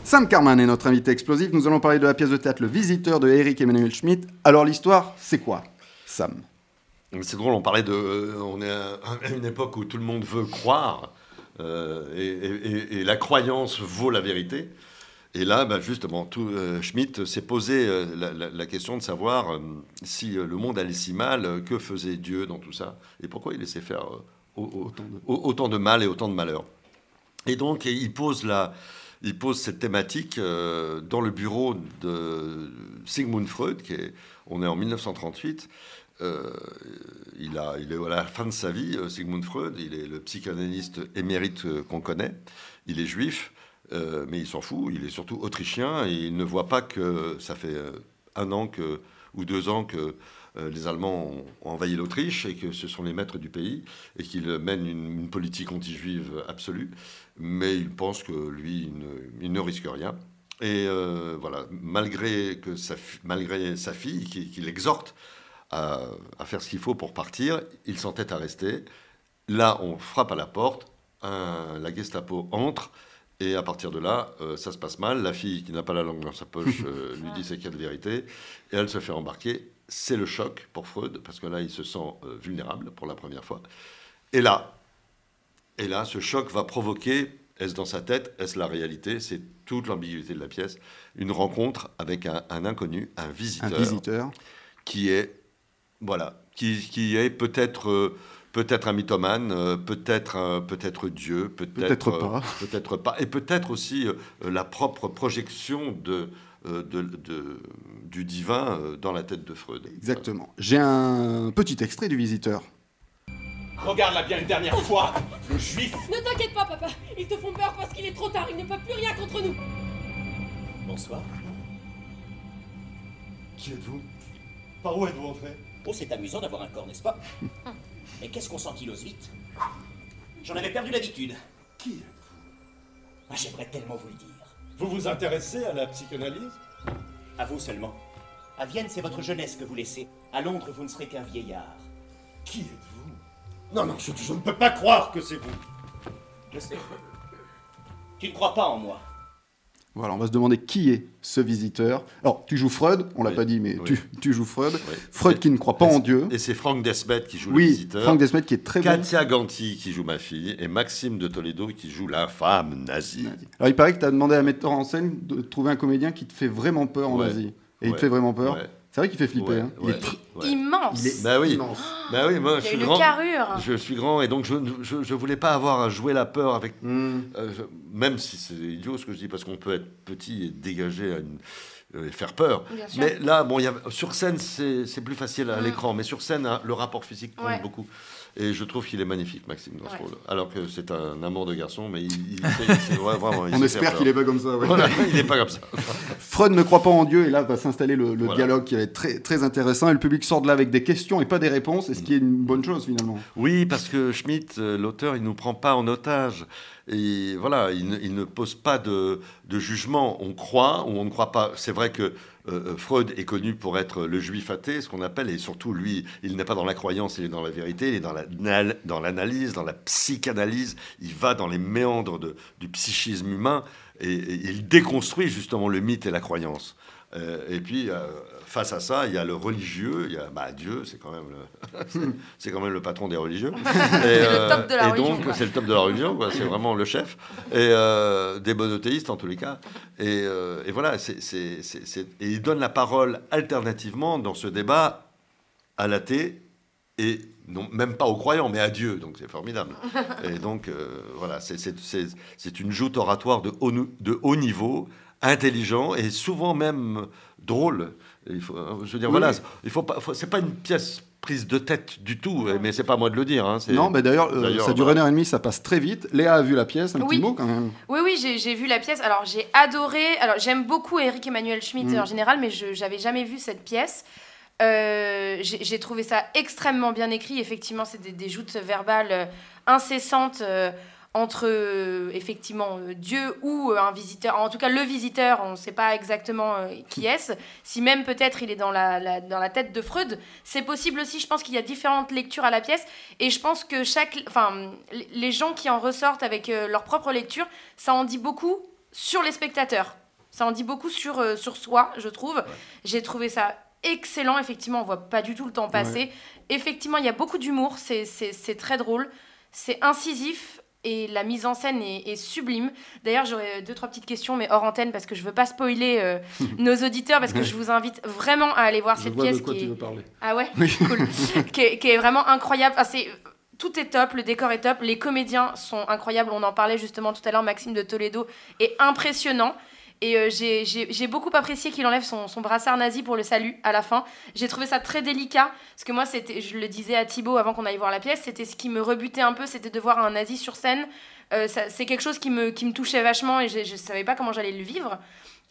S2: Sam Carman est notre invité explosif. Nous allons parler de la pièce de théâtre Le Visiteur de Eric Emmanuel Schmitt. Alors, l'histoire, c'est quoi, Sam
S5: Mais C'est drôle, on parlait de. euh, on est à à une époque où tout le monde veut croire, euh, et, et- et- et la croyance vaut la vérité. Et là, bah, justement, tout, euh, Schmitt s'est posé euh, la, la- la question de savoir euh, si euh, le monde allait si mal, euh, que faisait Dieu dans tout ça, et pourquoi il laissait faire euh, au- au- au- autant de mal et autant de malheur. Et donc, et il pose la. Il pose cette thématique euh, dans le bureau de Sigmund Freud, qui est, on est en 1938, euh, il, a, il est à la fin de sa vie, euh, Sigmund Freud, il est le psychanalyste émérite euh, qu'on connaît, il est juif, euh, mais il s'en fout, il est surtout autrichien, et il ne voit pas que ça fait euh, un an que, ou deux ans que euh, les Allemands ont envahi l'Autriche et que ce sont les maîtres du pays, et qu'ils mènent une, une politique anti-juive absolue, mais il pense que lui, il ne, il ne risque rien. Et euh, voilà, malgré, que sa, fi- malgré sa fille, qui, qui l'exhorte à, à faire ce qu'il faut pour partir. Il s'entête à rester. Là, on frappe à la porte. un- la Gestapo entre. Et à partir de là, euh, ça se passe mal. La fille qui n'a pas la langue dans sa poche euh, lui dit c'est qu'il y a de vérité. Et elle se fait embarquer. C'est le choc pour Freud, parce que là, il se sent euh, vulnérable pour la première fois. Et là, et là, ce choc va provoquer, est-ce dans sa tête, est-ce la réalité C'est toute l'ambiguïté de la pièce. Une rencontre avec un, un inconnu, un
S2: Un
S5: visiteur
S2: visiteur.
S5: qui est voilà qui, qui est peut-être euh, peut-être un mythomane euh, peut-être un- peut-être Dieu peut-être
S2: Peut-être
S5: euh,
S2: pas.
S5: peut-être pas et peut-être aussi euh, la propre projection de, euh, de, de- du divin euh, dans la tête de Freud
S2: Exactement. J'ai un petit extrait du visiteur.
S9: Regarde-la bien une dernière fois, le juif.
S13: Ne t'inquiète pas, papa. Ils te font peur parce qu'il est trop tard. Ils ne peuvent plus rien contre nous.
S12: Bonsoir.
S9: Qui êtes-vous Par où êtes-vous entré
S12: Oh, c'est amusant d'avoir un corps, n'est-ce pas Mais qu'est-ce qu'on sent qu'il ose vite J'en avais perdu l'habitude.
S9: Qui êtes-vous
S12: Ah, J'aimerais tellement vous le dire.
S9: Vous vous intéressez à la psychanalyse
S12: À vous seulement. À Vienne, c'est votre jeunesse que vous laissez. À Londres, vous ne serez qu'un vieillard.
S9: Qui êtes-vous Non, non, je, je ne peux pas croire que c'est vous.
S12: Je sais. Tu ne crois pas en moi.
S2: Voilà, on va se demander qui est ce visiteur. Alors, tu joues Freud, on l'a pas dit, mais tu, tu joues Freud. Freud qui ne croit pas en Dieu.
S5: Et c'est Franck Desmet qui joue
S2: Oui,
S5: le visiteur.
S2: Franck Desmet qui est très bon.
S5: Katia Ganti qui joue ma fille et Maxime de Toledo qui joue la femme nazie.
S2: Alors, il paraît que tu as demandé à un metteur en scène de trouver un comédien qui te fait vraiment peur en
S5: Ouais.
S2: Asie. Et il te
S5: Ouais.
S2: fait vraiment peur.
S5: Ouais.
S2: C'est vrai qu'il fait flipper. hein. Il est tr-
S4: Immense.
S5: Il est- bah oui. Bah oui,
S4: Il
S5: moi
S4: y a
S5: je suis
S4: une
S5: grand.
S11: Ah.
S4: carrure.
S5: Je suis grand et donc je, je, je voulais pas avoir à jouer la peur avec.
S2: Hmm.
S5: Euh, je- même si c'est idiot ce que je dis, parce qu'on peut être petit et dégager à une- euh, et faire peur.
S11: Bien sûr. Mm.
S5: Mais là, bon, il y a, sur scène, c'est c'est plus facile à l'écran, mais sur scène, hein, le rapport physique compte
S11: Ouais.
S5: beaucoup. Et je trouve qu'il est magnifique, Maxime, dans ce
S11: Ouais.
S5: rôle. Alors que c'est un amour de garçon, mais il, il sait- il sait- ouais, vraiment, il
S2: On
S5: sait
S2: espère
S5: faire
S2: qu'il
S5: peur.
S2: est pas comme ça, ouais.
S5: Voilà, il n'est pas comme ça.
S2: Freud ne croit pas en Dieu, et là va s'installer le, le
S5: Voilà.
S2: dialogue qui va être très, très intéressant. Et le public sort de là avec des questions et pas des réponses, et ce qui est une bonne chose finalement.
S5: Oui, parce que Schmitt, euh, l'auteur, il ne nous prend pas en otage. Et voilà, il ne, il ne pose pas de, de jugement. On croit ou on ne croit pas. C'est vrai que euh, Freud est connu pour être le juif athée, ce qu'on appelle, et surtout, lui, il n'est pas dans la croyance, il est dans la vérité, il est dans la- nal- dans l'analyse, dans la psychanalyse. Il va dans les méandres de- du psychisme humain et, et il déconstruit justement le mythe et la croyance. Euh, et puis, euh, face à ça, il y a le religieux, il y a bah, Dieu, c'est quand même le, c'est- c'est quand même le patron des religieux. Et,
S11: C'est le top de la
S5: et
S11: religion,
S5: donc,
S11: quoi.
S5: c'est le top de la religion, quoi, c'est vraiment le chef. Et euh, des monothéistes, en tous les cas. Et, euh, et voilà, c'est, c'est- c'est- c'est- et il donne la parole alternativement dans ce débat à l'athée et non, même pas aux croyants, mais à Dieu. Donc, c'est formidable. Et donc, euh, voilà, c'est- c'est- c'est c'est une joute oratoire de haut, nou- de haut niveau, intelligent et souvent même drôle. Et Il faut, euh, je veux dire,
S2: Oui,
S5: voilà,
S2: oui.
S5: il faut pas, faut- c'est pas une pièce prise de tête du tout, et- mais c'est pas à moi de le dire. hein, c'est- bah,
S2: Non, mais d'ailleurs, euh, ça dure une heure et demie, ça passe très vite. Léa a vu la pièce, un
S4: Oui.
S2: petit mot quand même.
S4: Oui, oui, j'ai- j'ai vu la pièce. Alors, j'ai adoré. Alors, j'aime beaucoup Eric Emmanuel Schmitt
S2: Mm.
S4: en général, mais je n'avais jamais vu cette pièce. Euh, j'ai j'ai trouvé ça extrêmement bien écrit. Effectivement, c'est des, des joutes verbales euh, incessantes euh, entre, euh, effectivement, euh, Dieu ou euh, un visiteur. En tout cas, le visiteur, on ne sait pas exactement euh, qui est-ce. Si même peut-être il est dans la, la- dans la tête de Freud, c'est possible aussi. Je pense qu'il y a différentes lectures à la pièce. Et je pense que chaque... Enfin, les- les gens qui en ressortent avec euh, leur propre lecture, ça en dit beaucoup sur les spectateurs. Ça en dit beaucoup sur, euh, sur soi, je trouve. J'ai trouvé ça excellent. Effectivement, on voit pas du tout le temps passer. Effectivement, il y a beaucoup d'humour. C'est- C'est c'est très drôle. C'est incisif. Et la mise en scène est, est sublime. D'ailleurs, j'aurais deux, trois petites questions, mais hors antenne, parce que je veux pas spoiler euh, nos auditeurs, parce que je vous invite vraiment à aller voir
S2: Je
S4: cette
S2: vois de
S4: pièce
S2: quoi
S4: qui
S2: tu
S4: est-
S2: veux parler.
S4: Ah ouais
S2: Oui.
S4: Cool. qui, est, qui est vraiment incroyable. Enfin, c'est- tout est top, le décor est top, les comédiens sont incroyables. On en parlait justement tout à l'heure, Maxime de Toledo est impressionnant. Et euh, j'ai- j'ai j'ai beaucoup apprécié qu'il enlève son, son brassard nazi pour le salut à la fin. J'ai trouvé ça très délicat, parce que moi, c'était, je le disais à Thibaut avant qu'on aille voir la pièce, c'était ce qui me rebutait un peu, c'était de voir un nazi sur scène. Euh, ça- c'est quelque chose qui me, qui me touchait vachement et je, je savais pas comment j'allais le vivre.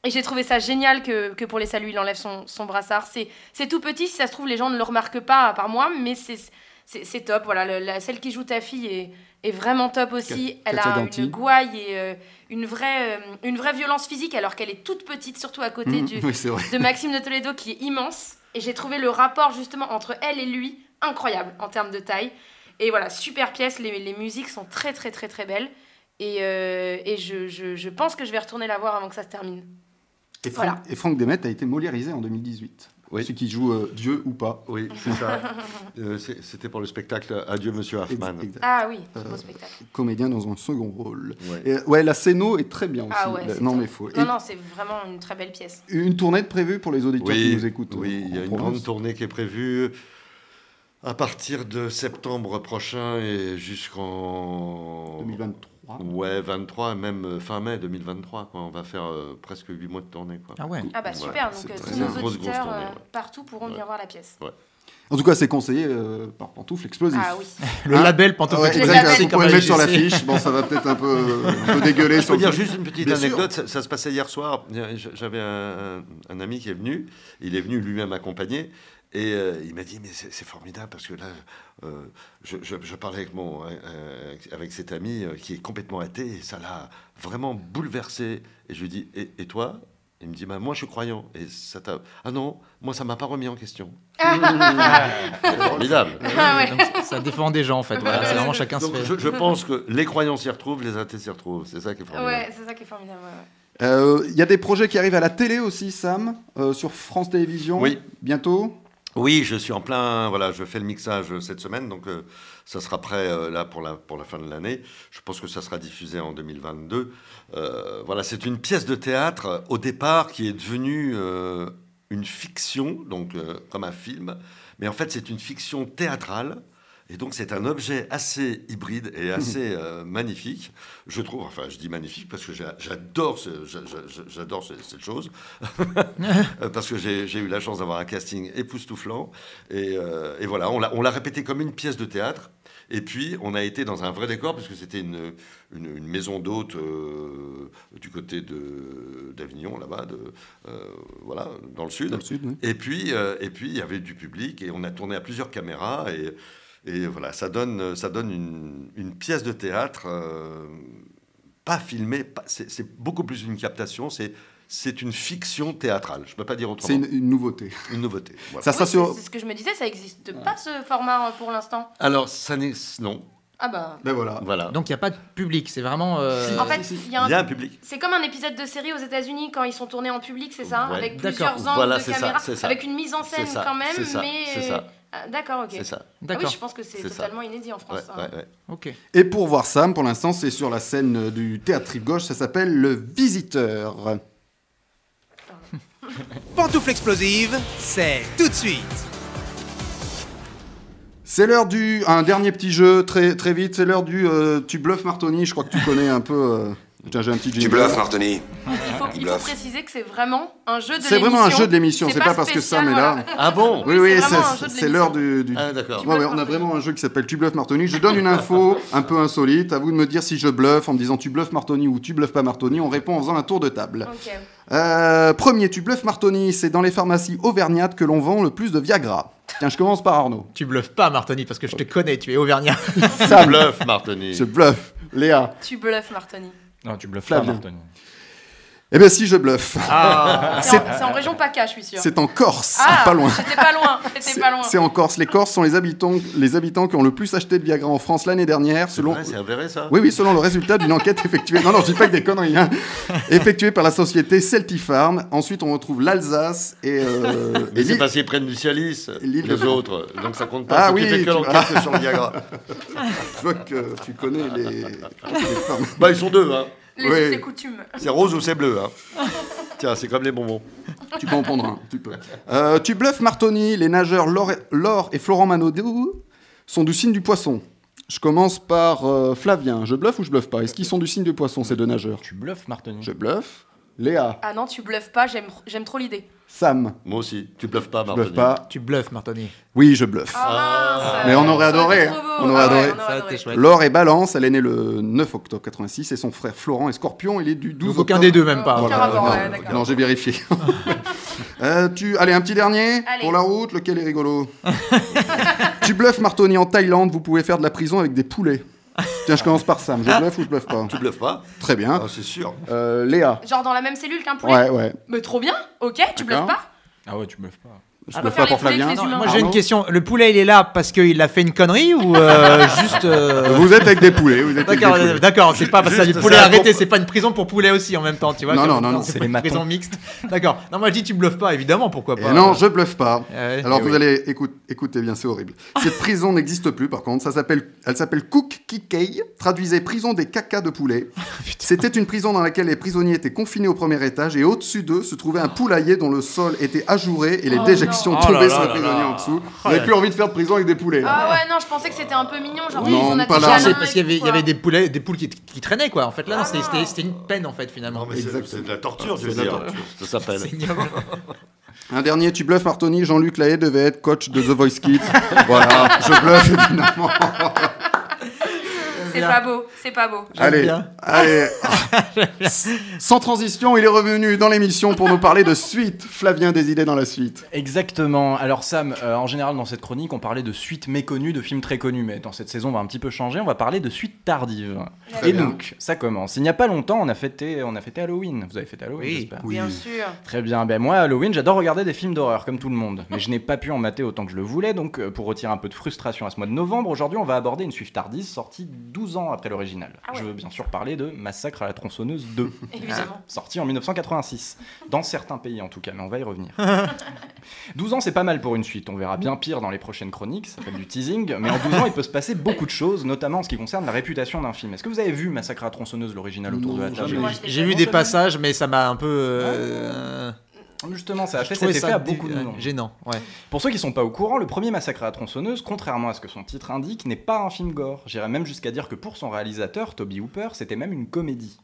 S4: Et j'ai trouvé ça génial que, que pour les saluts, il enlève son, son brassard. C'est c'est tout petit, si ça se trouve, les gens ne le remarquent pas, à part moi, mais c'est c'est- c'est top. Voilà, le- la, celle qui joue ta fille est, est vraiment top aussi.
S2: Kat-
S4: Elle
S2: Katia
S4: a
S2: Danti.
S4: une gouaille et euh, une, vraie, euh, une vraie violence physique, alors qu'elle est toute petite, surtout à côté
S2: Mhm,
S4: du,
S2: oui, c'est vrai.
S4: de Maxime de Toledo, qui est immense. Et j'ai trouvé le rapport, justement, entre elle et lui incroyable en termes de taille. Et voilà, super pièce, les, les musiques sont très, très, très, très belles. Et, euh, et je, je- je pense que je vais retourner la voir avant que ça se termine.
S2: Et,
S4: Voilà.
S2: Franck- et Franck Demet a été moliarisé en 2018. Celui qui joue euh, Dieu ou pas.
S5: Oui, c'est ça. Euh, c'est- C'était pour le spectacle Adieu Monsieur Hoffman.
S4: Ah oui, très
S2: Euh,
S4: beau spectacle.
S2: Comédien dans un second rôle.
S5: Ouais.
S2: Et, euh, ouais, la scéno est très bien aussi. Euh,
S4: Ah ouais, c'est
S2: bah, non,
S4: top.
S2: mais faut.
S4: Non,
S2: Et
S4: non, c'est vraiment une très belle pièce.
S2: Une tournée de prévue pour les auditeurs
S5: Oui,
S2: qui nous écoutent. euh,
S5: oui, il y a une grande tournée qui est prévue à partir de septembre prochain et jusqu'en
S2: 2023.
S7: Ah.
S5: Ouais, 23 même euh, fin mai 2023 quoi. On va faire euh, presque 8 mois de tournée quoi.
S7: Ah ouais.
S4: Ah bah super, donc euh, tous nos auditeurs euh, partout pourront venir voir la pièce.
S2: En tout cas, c'est conseillé euh, par Pantoufle Explosif. Ah
S4: Ah oui.
S7: Le label Pantoufle
S2: ouais,
S7: Explosif,
S2: exactement,
S7: c'est
S2: Vous pouvez le
S7: comme
S2: mettre sur
S7: la
S2: l'affiche.
S7: JC.
S2: Bon, ça va peut-être un peu, euh, un peu dégueuler.
S5: Je
S2: sur
S5: peux
S2: le
S5: dire
S2: coup.
S5: juste une petite
S2: Bien sûr.
S5: anecdote. Ça, ça se passait hier soir. J'avais un, un ami qui est venu. Il est venu lui-même accompagné. Et euh, il m'a dit, mais c'est c'est formidable parce que là, euh, je, je- je parlais avec, mon, euh, avec cet ami euh, qui est complètement athée et ça l'a vraiment bouleversé. Et je lui dis, et, et toi Il me dit, bah, moi je suis croyant. Et ça t'a. Ah non, moi ça m'a pas remis en question. c'est formidable.
S4: Ah ouais.
S7: Donc, ça- ça défend des gens en fait. Voilà, c'est vraiment chacun se
S5: Donc,
S7: fait.
S4: Ah
S5: Je, je pense que les croyants s'y retrouvent, les athées s'y retrouvent. C'est ça qui est formidable.
S4: Ouais, c'est ça qui est formidable. ouais, ouais.
S2: Euh, Il y a des projets qui arrivent à la télé aussi, Sam, euh, sur France Télévisions.
S5: Oui.
S2: Bientôt.
S5: Oui, je suis en plein. Voilà, je fais le mixage euh, cette semaine, donc euh, ça sera prêt euh, là pour la, pour la fin de l'année. Je pense que ça sera diffusé en 2022. Euh, voilà, c'est une pièce de théâtre euh, au départ qui est devenue euh, une fiction, donc euh, comme un film, mais en fait c'est une fiction théâtrale. Et donc c'est un objet assez hybride et assez euh, magnifique, je trouve. Enfin, je dis magnifique parce que j'a- j'adore ce- j'a- j'a- j'adore ce- cette chose. Euh, parce que j'ai j'ai eu la chance d'avoir un casting époustouflant. Et, euh, et voilà, on l'a- on l'a répété comme une pièce de théâtre. Et puis, on a été dans un vrai décor, puisque c'était une, une, une maison d'hôte euh, du côté de- d'Avignon, là-bas, de, euh, voilà, dans le sud.
S2: Dans le sud, oui.
S5: Et puis, euh, et puis, il y avait du public, et on a tourné à plusieurs caméras. Et, et voilà, ça donne, ça donne une, une pièce de théâtre euh, pas filmée. pas- c'est c'est beaucoup plus une captation, c'est c'est une fiction théâtrale. Je ne peux pas dire autrement.
S2: C'est une, une nouveauté.
S5: Une nouveauté. voilà.
S2: Ça sera
S4: Oui,
S2: sur.
S4: c'est- C'est ce que je me disais, ça n'existe pas ce format euh, pour l'instant.
S5: Alors, ça n'est. Non.
S4: Ah bah.
S2: Ben voilà.
S5: Voilà.
S7: Donc il n'y a pas de public, c'est vraiment. euh,
S4: En fait, il y a un,
S5: public.
S4: C'est comme un épisode de série aux États-Unis quand ils sont tournés en public, c'est ça
S5: Ouais.
S4: Avec
S5: D'accord.
S4: plusieurs angles
S5: Voilà,
S4: de
S5: c'est ça,
S4: caméra,
S5: c'est ça.
S4: avec une mise en scène
S5: C'est ça,
S4: quand même,
S5: c'est ça,
S4: mais
S5: c'est ça.
S4: Ah, d'accord, ok.
S5: C'est ça.
S4: Ah oui,
S7: D'accord.
S4: je pense que c'est
S5: C'est ça.
S4: totalement inédit en France. hein.
S7: Ok.
S2: Et pour voir Sam, pour l'instant, c'est sur la scène euh, du théâtre Rive Gauche. Ça s'appelle Le Visiteur.
S1: Pantoufle explosive, c'est tout de suite.
S2: C'est l'heure du. Un dernier petit jeu, très, très vite. C'est l'heure du. euh, tu bluffes Martoni. Je crois que tu connais un peu. euh, tiens, j'ai un petit
S14: Tu
S2: jingle.
S14: bluffes, Martoni.
S4: Il faut, il faut
S2: Bluff.
S4: préciser que c'est vraiment un jeu de l'émission.
S2: C'est vraiment un jeu de l'émission, c'est pas, parce que
S4: spécial,
S2: Sam est là.
S4: voilà.
S7: hein.
S2: Oui, oui,
S4: c'est vraiment un jeu
S2: c'est
S4: de
S2: c'est l'heure du. du-
S5: Ah, d'accord.
S2: Ouais, ouais, on a vraiment un jeu qui s'appelle Tu bluffes Martoni. Je donne une info un peu insolite. À vous de me dire si je bluffe en me disant Tu bluffes Martoni ou Tu bluffes pas Martoni. On répond en faisant un tour de table.
S4: Ok.
S2: Euh, premier, Tu bluffes Martoni. C'est dans les pharmacies auvergnates que l'on vend le plus de Viagra. Tiens, je commence par Arnaud.
S7: Tu bluffes pas, Martoni, parce que je te connais, tu es auvergnat.
S2: Sam.
S5: bluffes, Martoni.
S2: Je bluffe. Léa.
S4: Tu bluffes, Martoni.
S3: Non, tu bluffes
S2: Flavien.
S3: pas, Martoni.
S2: Eh bien, si je bluffe.
S4: Ah. C'est
S2: C'est-
S4: en, c'est en région PACA, je suis sûre.
S2: C'est en Corse,
S4: Ah,
S2: pas loin.
S4: J'étais pas loin, j'étais pas loin.
S2: C'est en Corse. Les Corses sont les habitants, les habitants qui ont le plus acheté de Viagra en France l'année dernière, selon.
S5: vrai, c'est avéré, ça
S2: Oui, oui, selon le résultat d'une enquête effectuée. Non, non, je dis pas que des conneries. hein. Effectuée par la société Celtifarm. Ensuite, on retrouve l'Alsace et. euh,
S5: Mais
S2: et
S5: c'est
S2: l'île-
S5: parce qu'ils prennent du Cialis,
S2: l'île de-
S5: les autres. Donc ça compte pas.
S2: Ah
S5: Ceux qui
S2: oui,
S5: fait que
S2: tu-
S5: l'enquête sur le Viagra.
S2: Je vois que tu connais les.
S5: Bah, ils sont deux, hein.
S4: Les us et coutumes.
S5: C'est rose ou c'est bleu, hein. Tiens, c'est comme les bonbons.
S2: Tu peux en prendre un, tu peux. Euh, tu bluffes Martoni, les nageurs Laure et, Laure et Florent Manodou sont du signe du poisson. Je commence par euh, Flavien. Je bluffe ou je bluffe pas Est-ce qu'ils sont du signe du poisson, ces deux nageurs
S3: Tu bluffes, Martoni.
S2: Je bluffe. Léa,
S4: Ah non, tu bluffes pas, j'aime j'aime trop l'idée.
S2: Sam.
S5: Moi aussi. Tu bluffes pas,
S2: Je
S5: Martoni.
S2: bluffe pas.
S7: Tu bluffes, Martoni.
S2: Oui, je bluffe.
S4: Ah,
S2: Mais on aurait
S4: ça
S2: adoré.
S4: aurait été
S2: hein.
S4: trop beau.
S2: On aurait
S4: Ah ouais,
S2: adoré.
S4: on aurait Ça aurait adoré. été chouette.
S2: Laure est Balance, elle est née le 9 octobre 86 et son frère Florent est Scorpion, il est du 12
S7: Donc aucun
S2: octobre.
S7: des deux, même pas.
S2: Voilà,
S7: Aucun rapport,
S2: non,
S7: ouais,
S2: non,
S7: d'accord.
S2: non, j'ai vérifié. Euh, tu... Allez, un petit dernier
S4: Allez.
S2: pour la route, lequel est rigolo Tu bluffes Martoni en Thaïlande, vous pouvez faire de la prison avec des poulets. Tiens, je commence par Sam, je bluffe ou je bluffe pas Tu
S5: bluffes pas
S2: Ah.
S5: Ah,
S2: Très bien.
S5: c'est sûr.
S2: Léa
S4: Genre dans la même cellule qu'un poulet
S2: Ouais, ouais.
S4: Mais trop bien, ok, tu
S2: D'accord.
S4: bluffes pas
S3: Ah ouais, tu bluffes pas.
S2: Je
S4: Ah,
S2: bluffe
S4: faire
S2: pas
S4: les
S2: pour
S4: poulets avec
S2: Flavien.
S4: les humains.
S7: Moi, j'ai une
S2: Arnaud
S7: question. Le poulet, il est là parce qu'il a fait une connerie ou euh, juste. euh,
S2: Vous êtes avec des poulets, vous êtes avec des
S7: D'accord,
S2: poulets.
S7: d'accord, c'est pas parce que
S2: Juste,
S7: du poulet
S2: c'est un
S7: arrêté,
S2: comp-
S7: c'est pas une prison pour poulet aussi en même temps, tu vois.
S2: Non,
S7: comme-
S2: non, non, non,
S7: c'est
S2: c'est
S7: pas
S2: les
S7: une prison mixte. D'accord. Non, moi je dis tu bluffes pas, évidemment, pourquoi
S2: Et
S7: pas.
S2: Eh non, je bluffe pas.
S7: ouais.
S2: Alors
S7: Eh
S2: vous
S7: oui.
S2: allez écoute- écoutez bien, c'est horrible. Cette
S5: Ah.
S2: prison n'existe plus par contre. Ça s'appelle, elle s'appelle Cook Kikei. Traduisez prison des cacas de poulet.
S5: Ah,
S2: C'était une prison dans laquelle les prisonniers étaient confinés au premier étage et au-dessus d'eux se trouvait un poulailler dont le sol était ajouré et les
S4: Oh
S2: déjections
S4: non.
S2: tombaient
S5: Oh là
S2: sur
S5: là
S2: les
S5: là
S2: prisonniers
S5: là.
S2: en dessous.
S5: Oh
S2: Vous n'avez
S5: là
S2: plus envie de faire de prison avec des poulets. hein. là.
S4: Ah ouais, non, je pensais que c'était un peu mignon, genre oui,
S2: Non,
S4: on a
S2: pas
S4: des
S2: là.
S4: câlins
S2: C'est
S7: Parce qu'il y avait,
S4: et
S7: il
S4: tout,
S7: y avait
S4: quoi.
S7: des poulets, des poules qui, qui traînaient quoi. En fait, là, non, c'était- c'était c'était une peine en fait finalement.
S5: Ah, mais c'est- C'est de la torture, je veux
S2: C'est de la
S5: dire. Ça s'appelle.
S7: C'est ignoble.
S2: Un dernier, tu bluffes, Martoni. Jean-Luc Lahaye devait être coach de The Voice Kids. voilà, je bluffe évidemment.
S4: C'est pas beau, c'est pas beau.
S2: Allez, allez. Sans transition, il est revenu dans l'émission pour nous parler de suite. Flavien des idées dans la suite.
S3: Exactement. Alors Sam, euh, en général dans cette chronique, on parlait de suites méconnues, de films très connus, mais dans cette saison, on va un petit peu changer, on va parler de suites tardives.
S4: Très
S3: Et
S4: bien.
S3: donc, ça commence. Il n'y a pas longtemps, on a fêté, on a fêté Halloween. Vous avez fêté Halloween, j'espère.
S4: Bien sûr.
S3: Très bien. Ben moi, Halloween, j'adore regarder des films d'horreur, comme tout le monde. Mais je n'ai pas pu en mater autant que je le voulais, donc euh, pour retirer un peu de frustration à ce mois de novembre, aujourd'hui, on va aborder une suite tardive sortie 12 12 ans après l'original.
S4: Ah ouais.
S3: Je veux bien sûr parler de Massacre à la tronçonneuse 2,
S4: Évidemment.
S3: sorti en 1986, dans certains pays en tout cas, mais on va y revenir. 12 ans, c'est pas mal pour une suite. On verra bien pire dans les prochaines chroniques, ça s'appelle du teasing. Mais en 12 ans, il peut se passer beaucoup de choses, notamment en ce qui concerne la réputation d'un film. Est-ce que vous avez vu Massacre à la tronçonneuse, l'original autour de la table
S7: J'ai vu des passages, mais ça m'a un peu. euh,
S3: Justement, ça a
S7: je
S3: fait cet
S7: trouvais
S3: effet
S7: ça
S3: à beaucoup de
S7: dé- euh,
S3: monde.
S7: Gênant, ouais.
S3: Pour ceux qui sont pas au courant, le premier Massacre à la tronçonneuse, contrairement à ce que son titre indique, n'est pas un film gore. J'irais même jusqu'à dire que pour son réalisateur, Toby Hooper, c'était même une comédie.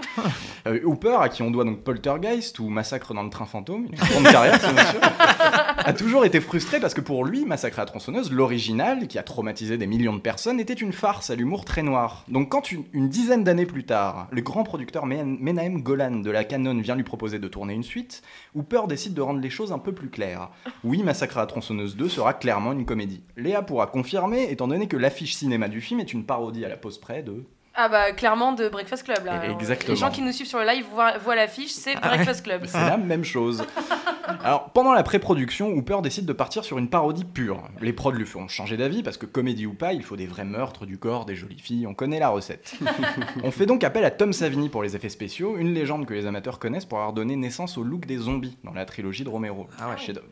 S3: Euh, Hooper, à qui on doit donc Poltergeist ou Massacre dans le train fantôme, une grande carrière, ce monsieur, a toujours été frustré parce que pour lui, Massacre à la tronçonneuse, l'original, qui a traumatisé des millions de personnes, était une farce à l'humour très noir. Donc quand une, une dizaine d'années plus tard, le grand producteur Men- Menahem Golan de la Canon vient lui proposer de tourner une suite, Hooper décide de rendre les choses un peu plus claires. Oui, Massacre à la tronçonneuse 2 sera clairement une comédie. Léa pourra confirmer, étant donné que l'affiche cinéma du film est une parodie à la pause près de...
S4: Ah bah clairement de Breakfast Club là. Alors,
S3: Exactement.
S4: Les gens qui nous suivent sur le live voient, voient l'affiche, c'est
S3: Ah ouais.
S4: Breakfast Club.
S3: C'est la même chose. Alors, pendant la pré-production, Hooper décide de partir sur une parodie pure. Les prods lui font changer d'avis parce que, comédie ou pas, il faut des vrais meurtres, du corps, des jolies filles, on connaît la recette. on fait donc appel à Tom Savini pour les effets spéciaux, une légende que les amateurs connaissent pour avoir donné naissance au look des zombies dans la trilogie de Romero. Ah ouais, chef-d'œuvre.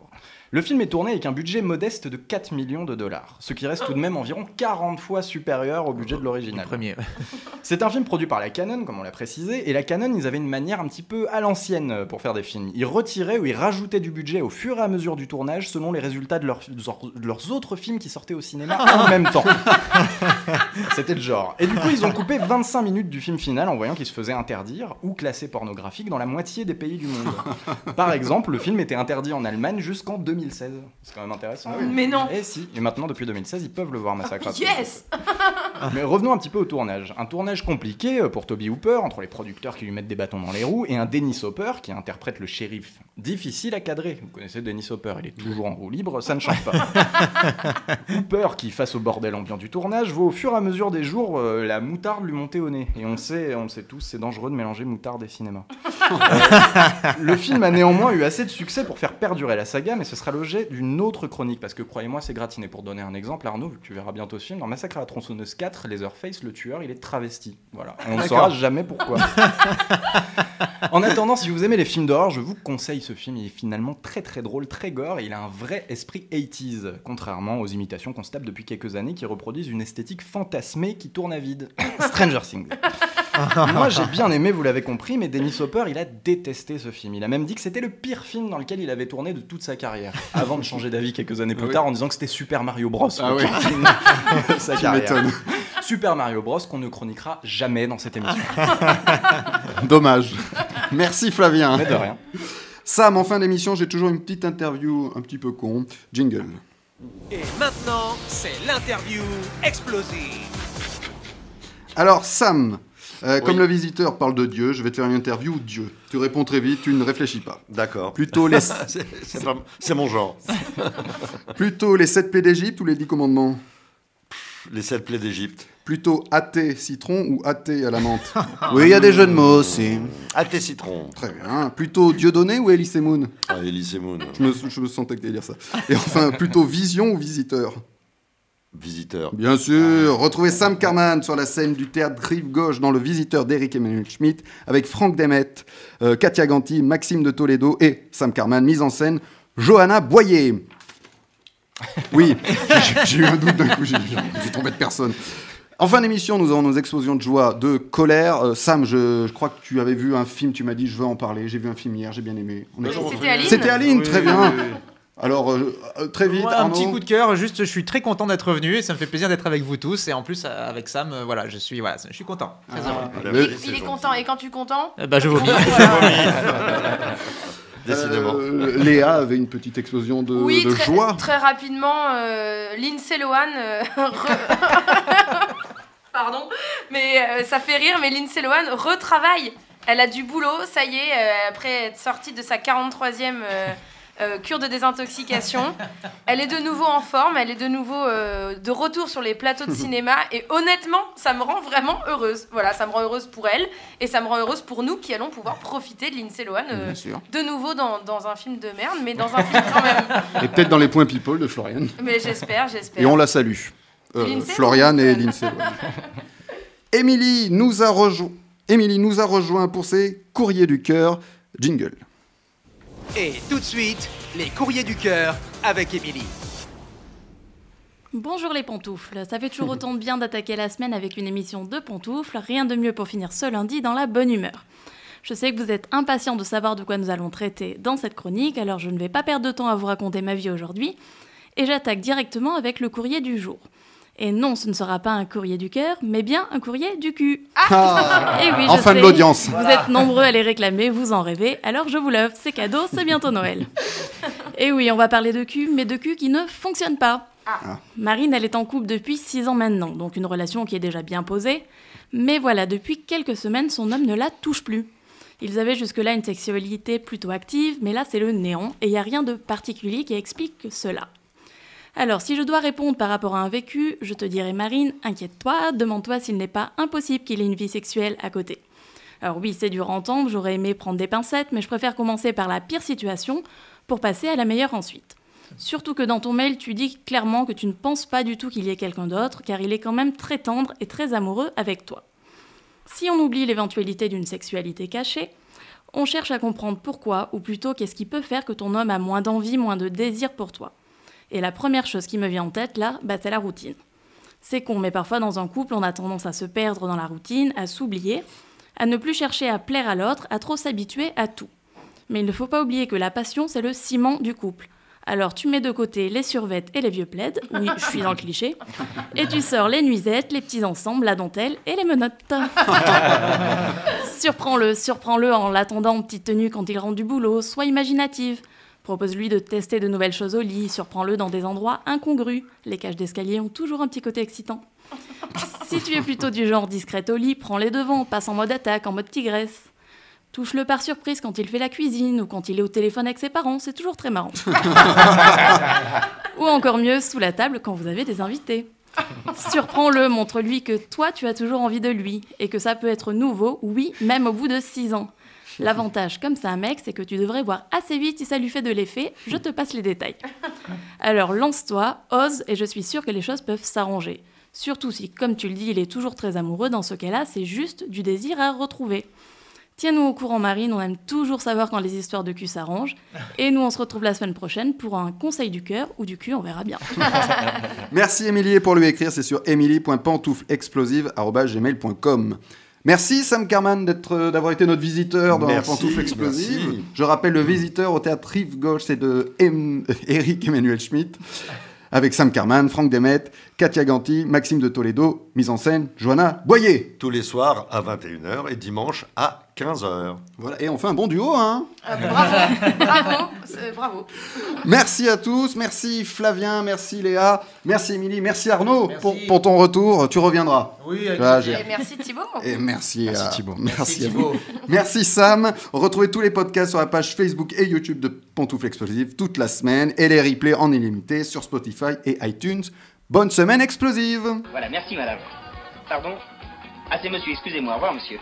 S3: Le film est tourné avec un budget modeste de 4 millions de dollars, ce qui reste tout de même environ 40 fois supérieur au budget de l'original.
S7: premier.
S3: C'est un film produit par la Canon, comme on l'a précisé, et la Canon, ils avaient une manière un petit peu à l'ancienne euh, pour faire des films. Ils retiraient ou ils rajoutaient du budget au fur et à mesure du tournage selon les résultats de, leurs- de leurs- de leurs autres films qui sortaient au cinéma en même temps. C'était le genre. Et du coup, ils ont coupé 25 minutes du film final en voyant qu'il se faisait interdire ou classé pornographique dans la moitié des pays du monde. Par exemple, le film était interdit en Allemagne jusqu'en 2016. C'est quand même intéressant.
S4: Ah oui. Mais non. Ah
S3: Et si. Et maintenant, depuis 2016, ils peuvent le voir massacrer.
S4: Yes
S3: Mais revenons un petit peu au tournage. Un tournage compliqué euh, pour Toby Hooper, entre les producteurs qui lui mettent des bâtons dans les roues et un Dennis Hopper qui interprète le shérif. Difficile à cadrer. Vous connaissez Dennis Hopper, il est toujours en roue libre, ça ne change pas. Hooper, qui face au bordel ambiant du tournage, voit au fur et à mesure des jours euh, la moutarde lui monter au nez. Et on le sait, on le sait tous, c'est dangereux de mélanger moutarde et cinéma. Le film a néanmoins eu assez de succès pour faire perdurer la saga, mais ce sera l'objet d'une autre chronique, parce que croyez-moi, c'est gratiné. Pour donner un exemple, Arnaud, vu que tu verras bientôt ce film, dans Massacre à la tronçonneuse 4, Leatherface, le tueur, il est travesti. Voilà. On ne
S7: D'accord.
S3: saura jamais pourquoi. en attendant, si vous aimez les films d'horreur, je vous conseille ce film. Il est finalement très très drôle, très gore, et il a un vrai esprit 80s, contrairement aux imitations qu'on se tape depuis quelques années qui reproduisent une esthétique fantasmée qui tourne à vide. Stranger Things. Ah, Moi j'ai bien aimé, vous l'avez compris, mais Dennis Hopper il a détesté ce film. Il a même dit que c'était le pire film dans lequel il avait tourné de toute sa carrière. Avant de changer d'avis quelques années plus
S7: Ah Oui.
S3: tard en disant que c'était Super Mario Bros.
S7: Ah
S3: le
S7: oui.
S3: pire film de sa
S7: Tu
S3: carrière.
S7: m'étonnes.
S3: Super Mario Bros qu'on ne chroniquera jamais dans cette émission.
S2: Dommage. Merci Flavien.
S3: Mais de rien.
S2: Sam, en fin d'émission, j'ai toujours une petite interview un petit peu con. Jingle.
S1: Et maintenant, c'est l'interview explosive.
S2: Alors Sam, euh,
S1: Oui.
S2: comme le visiteur parle de Dieu, je vais te faire une interview Dieu. Tu réponds très vite, tu ne réfléchis pas.
S5: D'accord.
S2: Plutôt les...
S5: C'est- c'est vraiment- c'est mon genre.
S2: Plutôt les 7 plaies d'Égypte ou les 10 commandements
S5: Les sept plaies d'Égypte.
S2: Plutôt athée citron ou athée à la menthe Oui, il y a des jeux de mots aussi.
S5: Athée Ah, citron.
S2: Très bien. Plutôt Dieudonné ou Elise Moon
S5: Ah, Elise Moon.
S2: je me, je me sentais que t'allais dire ça. Et enfin, plutôt vision ou visiteur
S5: Visiteur.
S2: Bien sûr, retrouvez Sam Carman sur la scène du théâtre Rive Gauche dans Le Visiteur d'Eric Emmanuel Schmitt avec Franck Demet, euh, Katia Ganti, Maxime de Toledo et Sam Carman, mise en scène Johanna Boyer. Oui, j'ai- j'ai eu un doute d'un coup, j'ai j'ai trompé de personne. En fin d'émission, nous avons nos explosions de joie, de colère. Euh, Sam, je, je crois que tu avais vu un film, tu m'as dit je veux en parler, j'ai vu un film hier, j'ai bien aimé. On
S4: Oui,
S2: est-
S4: c'était Aline.
S2: C'était Aline, très
S4: Oui,
S2: bien.
S4: oui, oui.
S2: Alors, euh, euh, très vite,
S7: Moi, un
S2: Arnaud.
S7: petit coup de cœur, juste je suis très content d'être revenu et ça me fait plaisir d'être avec vous tous et en plus euh, avec Sam, euh, voilà, je suis voilà, je suis content. Très heureux.
S4: Il, il est content et quand tu es content Ah,
S7: Euh, bah, je vomis.
S5: Décidément.
S2: Euh, Léa avait une petite explosion de,
S4: Oui,
S2: de
S4: très,
S2: joie.
S4: très rapidement, euh, Lindsay Lohan. euh, re- Pardon, mais euh, ça fait rire, mais Lindsay Lohan retravaille. Elle a du boulot, ça y est, euh, après être sortie de sa 43e euh, euh, cure de désintoxication. Elle est de nouveau en forme, elle est de nouveau euh, de retour sur les plateaux de cinéma, et honnêtement, ça me rend vraiment heureuse. Voilà, ça me rend heureuse pour elle, et ça me rend heureuse pour nous qui allons pouvoir profiter de Lindsay Lohan euh,
S2: Bien sûr.
S4: de nouveau dans, dans un film de merde, mais dans un film quand même.
S2: Et peut-être dans les points people de Florian.
S4: Mais j'espère, j'espère.
S2: Et on la salue. Euh,
S4: Lindsay
S2: Florian et Lindsay. ouais. Émilie nous a rejoint. Émilie nous a rejoint pour ses courriers du cœur. Jingle.
S1: Et tout de suite, les courriers du cœur avec Émilie.
S14: Bonjour les pantoufles, ça fait toujours autant de bien d'attaquer la semaine avec une émission de pantoufles, rien de mieux pour finir ce lundi dans la bonne humeur. Je sais que vous êtes impatients de savoir de quoi nous allons traiter dans cette chronique, alors je ne vais pas perdre de temps à vous raconter ma vie aujourd'hui, et j'attaque directement avec le courrier du jour. Et non, ce ne sera pas un courrier du cœur, mais bien un courrier du cul.
S2: Ah
S14: Eh oui, je
S2: Enfin de
S14: sais,
S2: l'audience.
S14: Vous
S2: Voilà.
S14: êtes nombreux à les réclamer, vous en rêvez, alors je vous l'offre, c'est cadeau, c'est bientôt Noël. Et oui, on va parler de cul, mais de cul qui ne fonctionne pas. Marine, elle est en couple depuis 6 ans maintenant, donc une relation qui est déjà bien posée. Mais voilà, depuis quelques semaines, son homme ne la touche plus. Ils avaient jusque-là une sexualité plutôt active, mais là c'est le néant, et il n'y a rien de particulier qui explique cela. Alors, si je dois répondre par rapport à un vécu, je te dirais Marine, inquiète-toi, demande-toi s'il n'est pas impossible qu'il ait une vie sexuelle à côté. Alors oui, c'est dur à entendre, j'aurais aimé prendre des pincettes, mais je préfère commencer par la pire situation pour passer à la meilleure ensuite. Surtout que dans ton mail, tu dis clairement que tu ne penses pas du tout qu'il y ait quelqu'un d'autre, car il est quand même très tendre et très amoureux avec toi. Si on oublie l'éventualité d'une sexualité cachée, on cherche à comprendre pourquoi, ou plutôt qu'est-ce qui peut faire que ton homme a moins d'envie, moins de désir pour toi. Et la première chose qui me vient en tête, là, bah, c'est la routine. C'est con, mais parfois dans un couple, on a tendance à se perdre dans la routine, à s'oublier, à ne plus chercher à plaire à l'autre, à trop s'habituer à tout. Mais il ne faut pas oublier que la passion, c'est le ciment du couple. Alors tu mets de côté les survettes et les vieux plaids, oui, je suis dans le cliché, et tu sors les nuisettes, les petits ensembles, la dentelle et les menottes. surprends-le, surprends-le en l'attendant en petite tenue quand il rentre du boulot, sois imaginative. Propose-lui de tester de nouvelles choses au lit, surprends-le dans des endroits incongrus. Les cages d'escalier ont toujours un petit côté excitant. Si tu es plutôt du genre discrète au lit, prends les devants, passe en mode attaque, en mode tigresse. Touche-le par surprise quand il fait la cuisine ou quand il est au téléphone avec ses parents, c'est toujours très marrant. ou encore mieux, sous la table quand vous avez des invités. Surprends-le, montre-lui que toi tu as toujours envie de lui et que ça peut être nouveau, oui, même au bout de 6 ans. L'avantage, comme c'est un mec, c'est que tu devrais voir assez vite si ça lui fait de l'effet. Je te passe les détails. Alors lance-toi, ose, et je suis sûre que les choses peuvent s'arranger. Surtout si, comme tu le dis, il est toujours très amoureux, dans ce cas-là, c'est juste du désir à retrouver. Tiens-nous au courant, Marine, on aime toujours savoir quand les histoires de cul s'arrangent. Et nous, on se retrouve la semaine prochaine pour un conseil du cœur ou du cul, on verra bien.
S2: Merci Émilie et pour lui écrire, c'est sur émilie.pantoufleexplosive.com. Merci Sam Carman d'être- d'avoir été notre visiteur dans
S5: Merci,
S2: Pantoufle Explosive.
S5: merci.
S2: Je rappelle le visiteur au théâtre Rive Gauche, c'est de Em- Eric Emmanuel Schmitt, avec Sam Carman, Franck Demet, Katia Ganti, Maxime de Toledo, mise en scène, Johanna Boyer.
S5: Tous les soirs à 21h et dimanche à 15h.
S2: Voilà, et on fait un bon duo, hein
S4: Bravo, bravo, c'est- bravo.
S2: Merci à tous, merci Flavien, merci Léa, merci Émilie, merci Arnaud pour, pour ton retour, tu reviendras.
S4: Oui,
S2: Tu vois, j'ai-
S4: Et merci Thibaut.
S2: Et merci, à... Thibaut. Merci, à
S4: Thibaut.
S2: vous. Merci Sam. Retrouvez tous les podcasts sur la page Facebook et YouTube de Pantoufle Explosive toute la semaine et les replays en illimité sur Spotify et iTunes. Bonne semaine explosive
S15: Voilà, merci madame. Pardon Ah, c'est monsieur, excusez-moi, au revoir monsieur.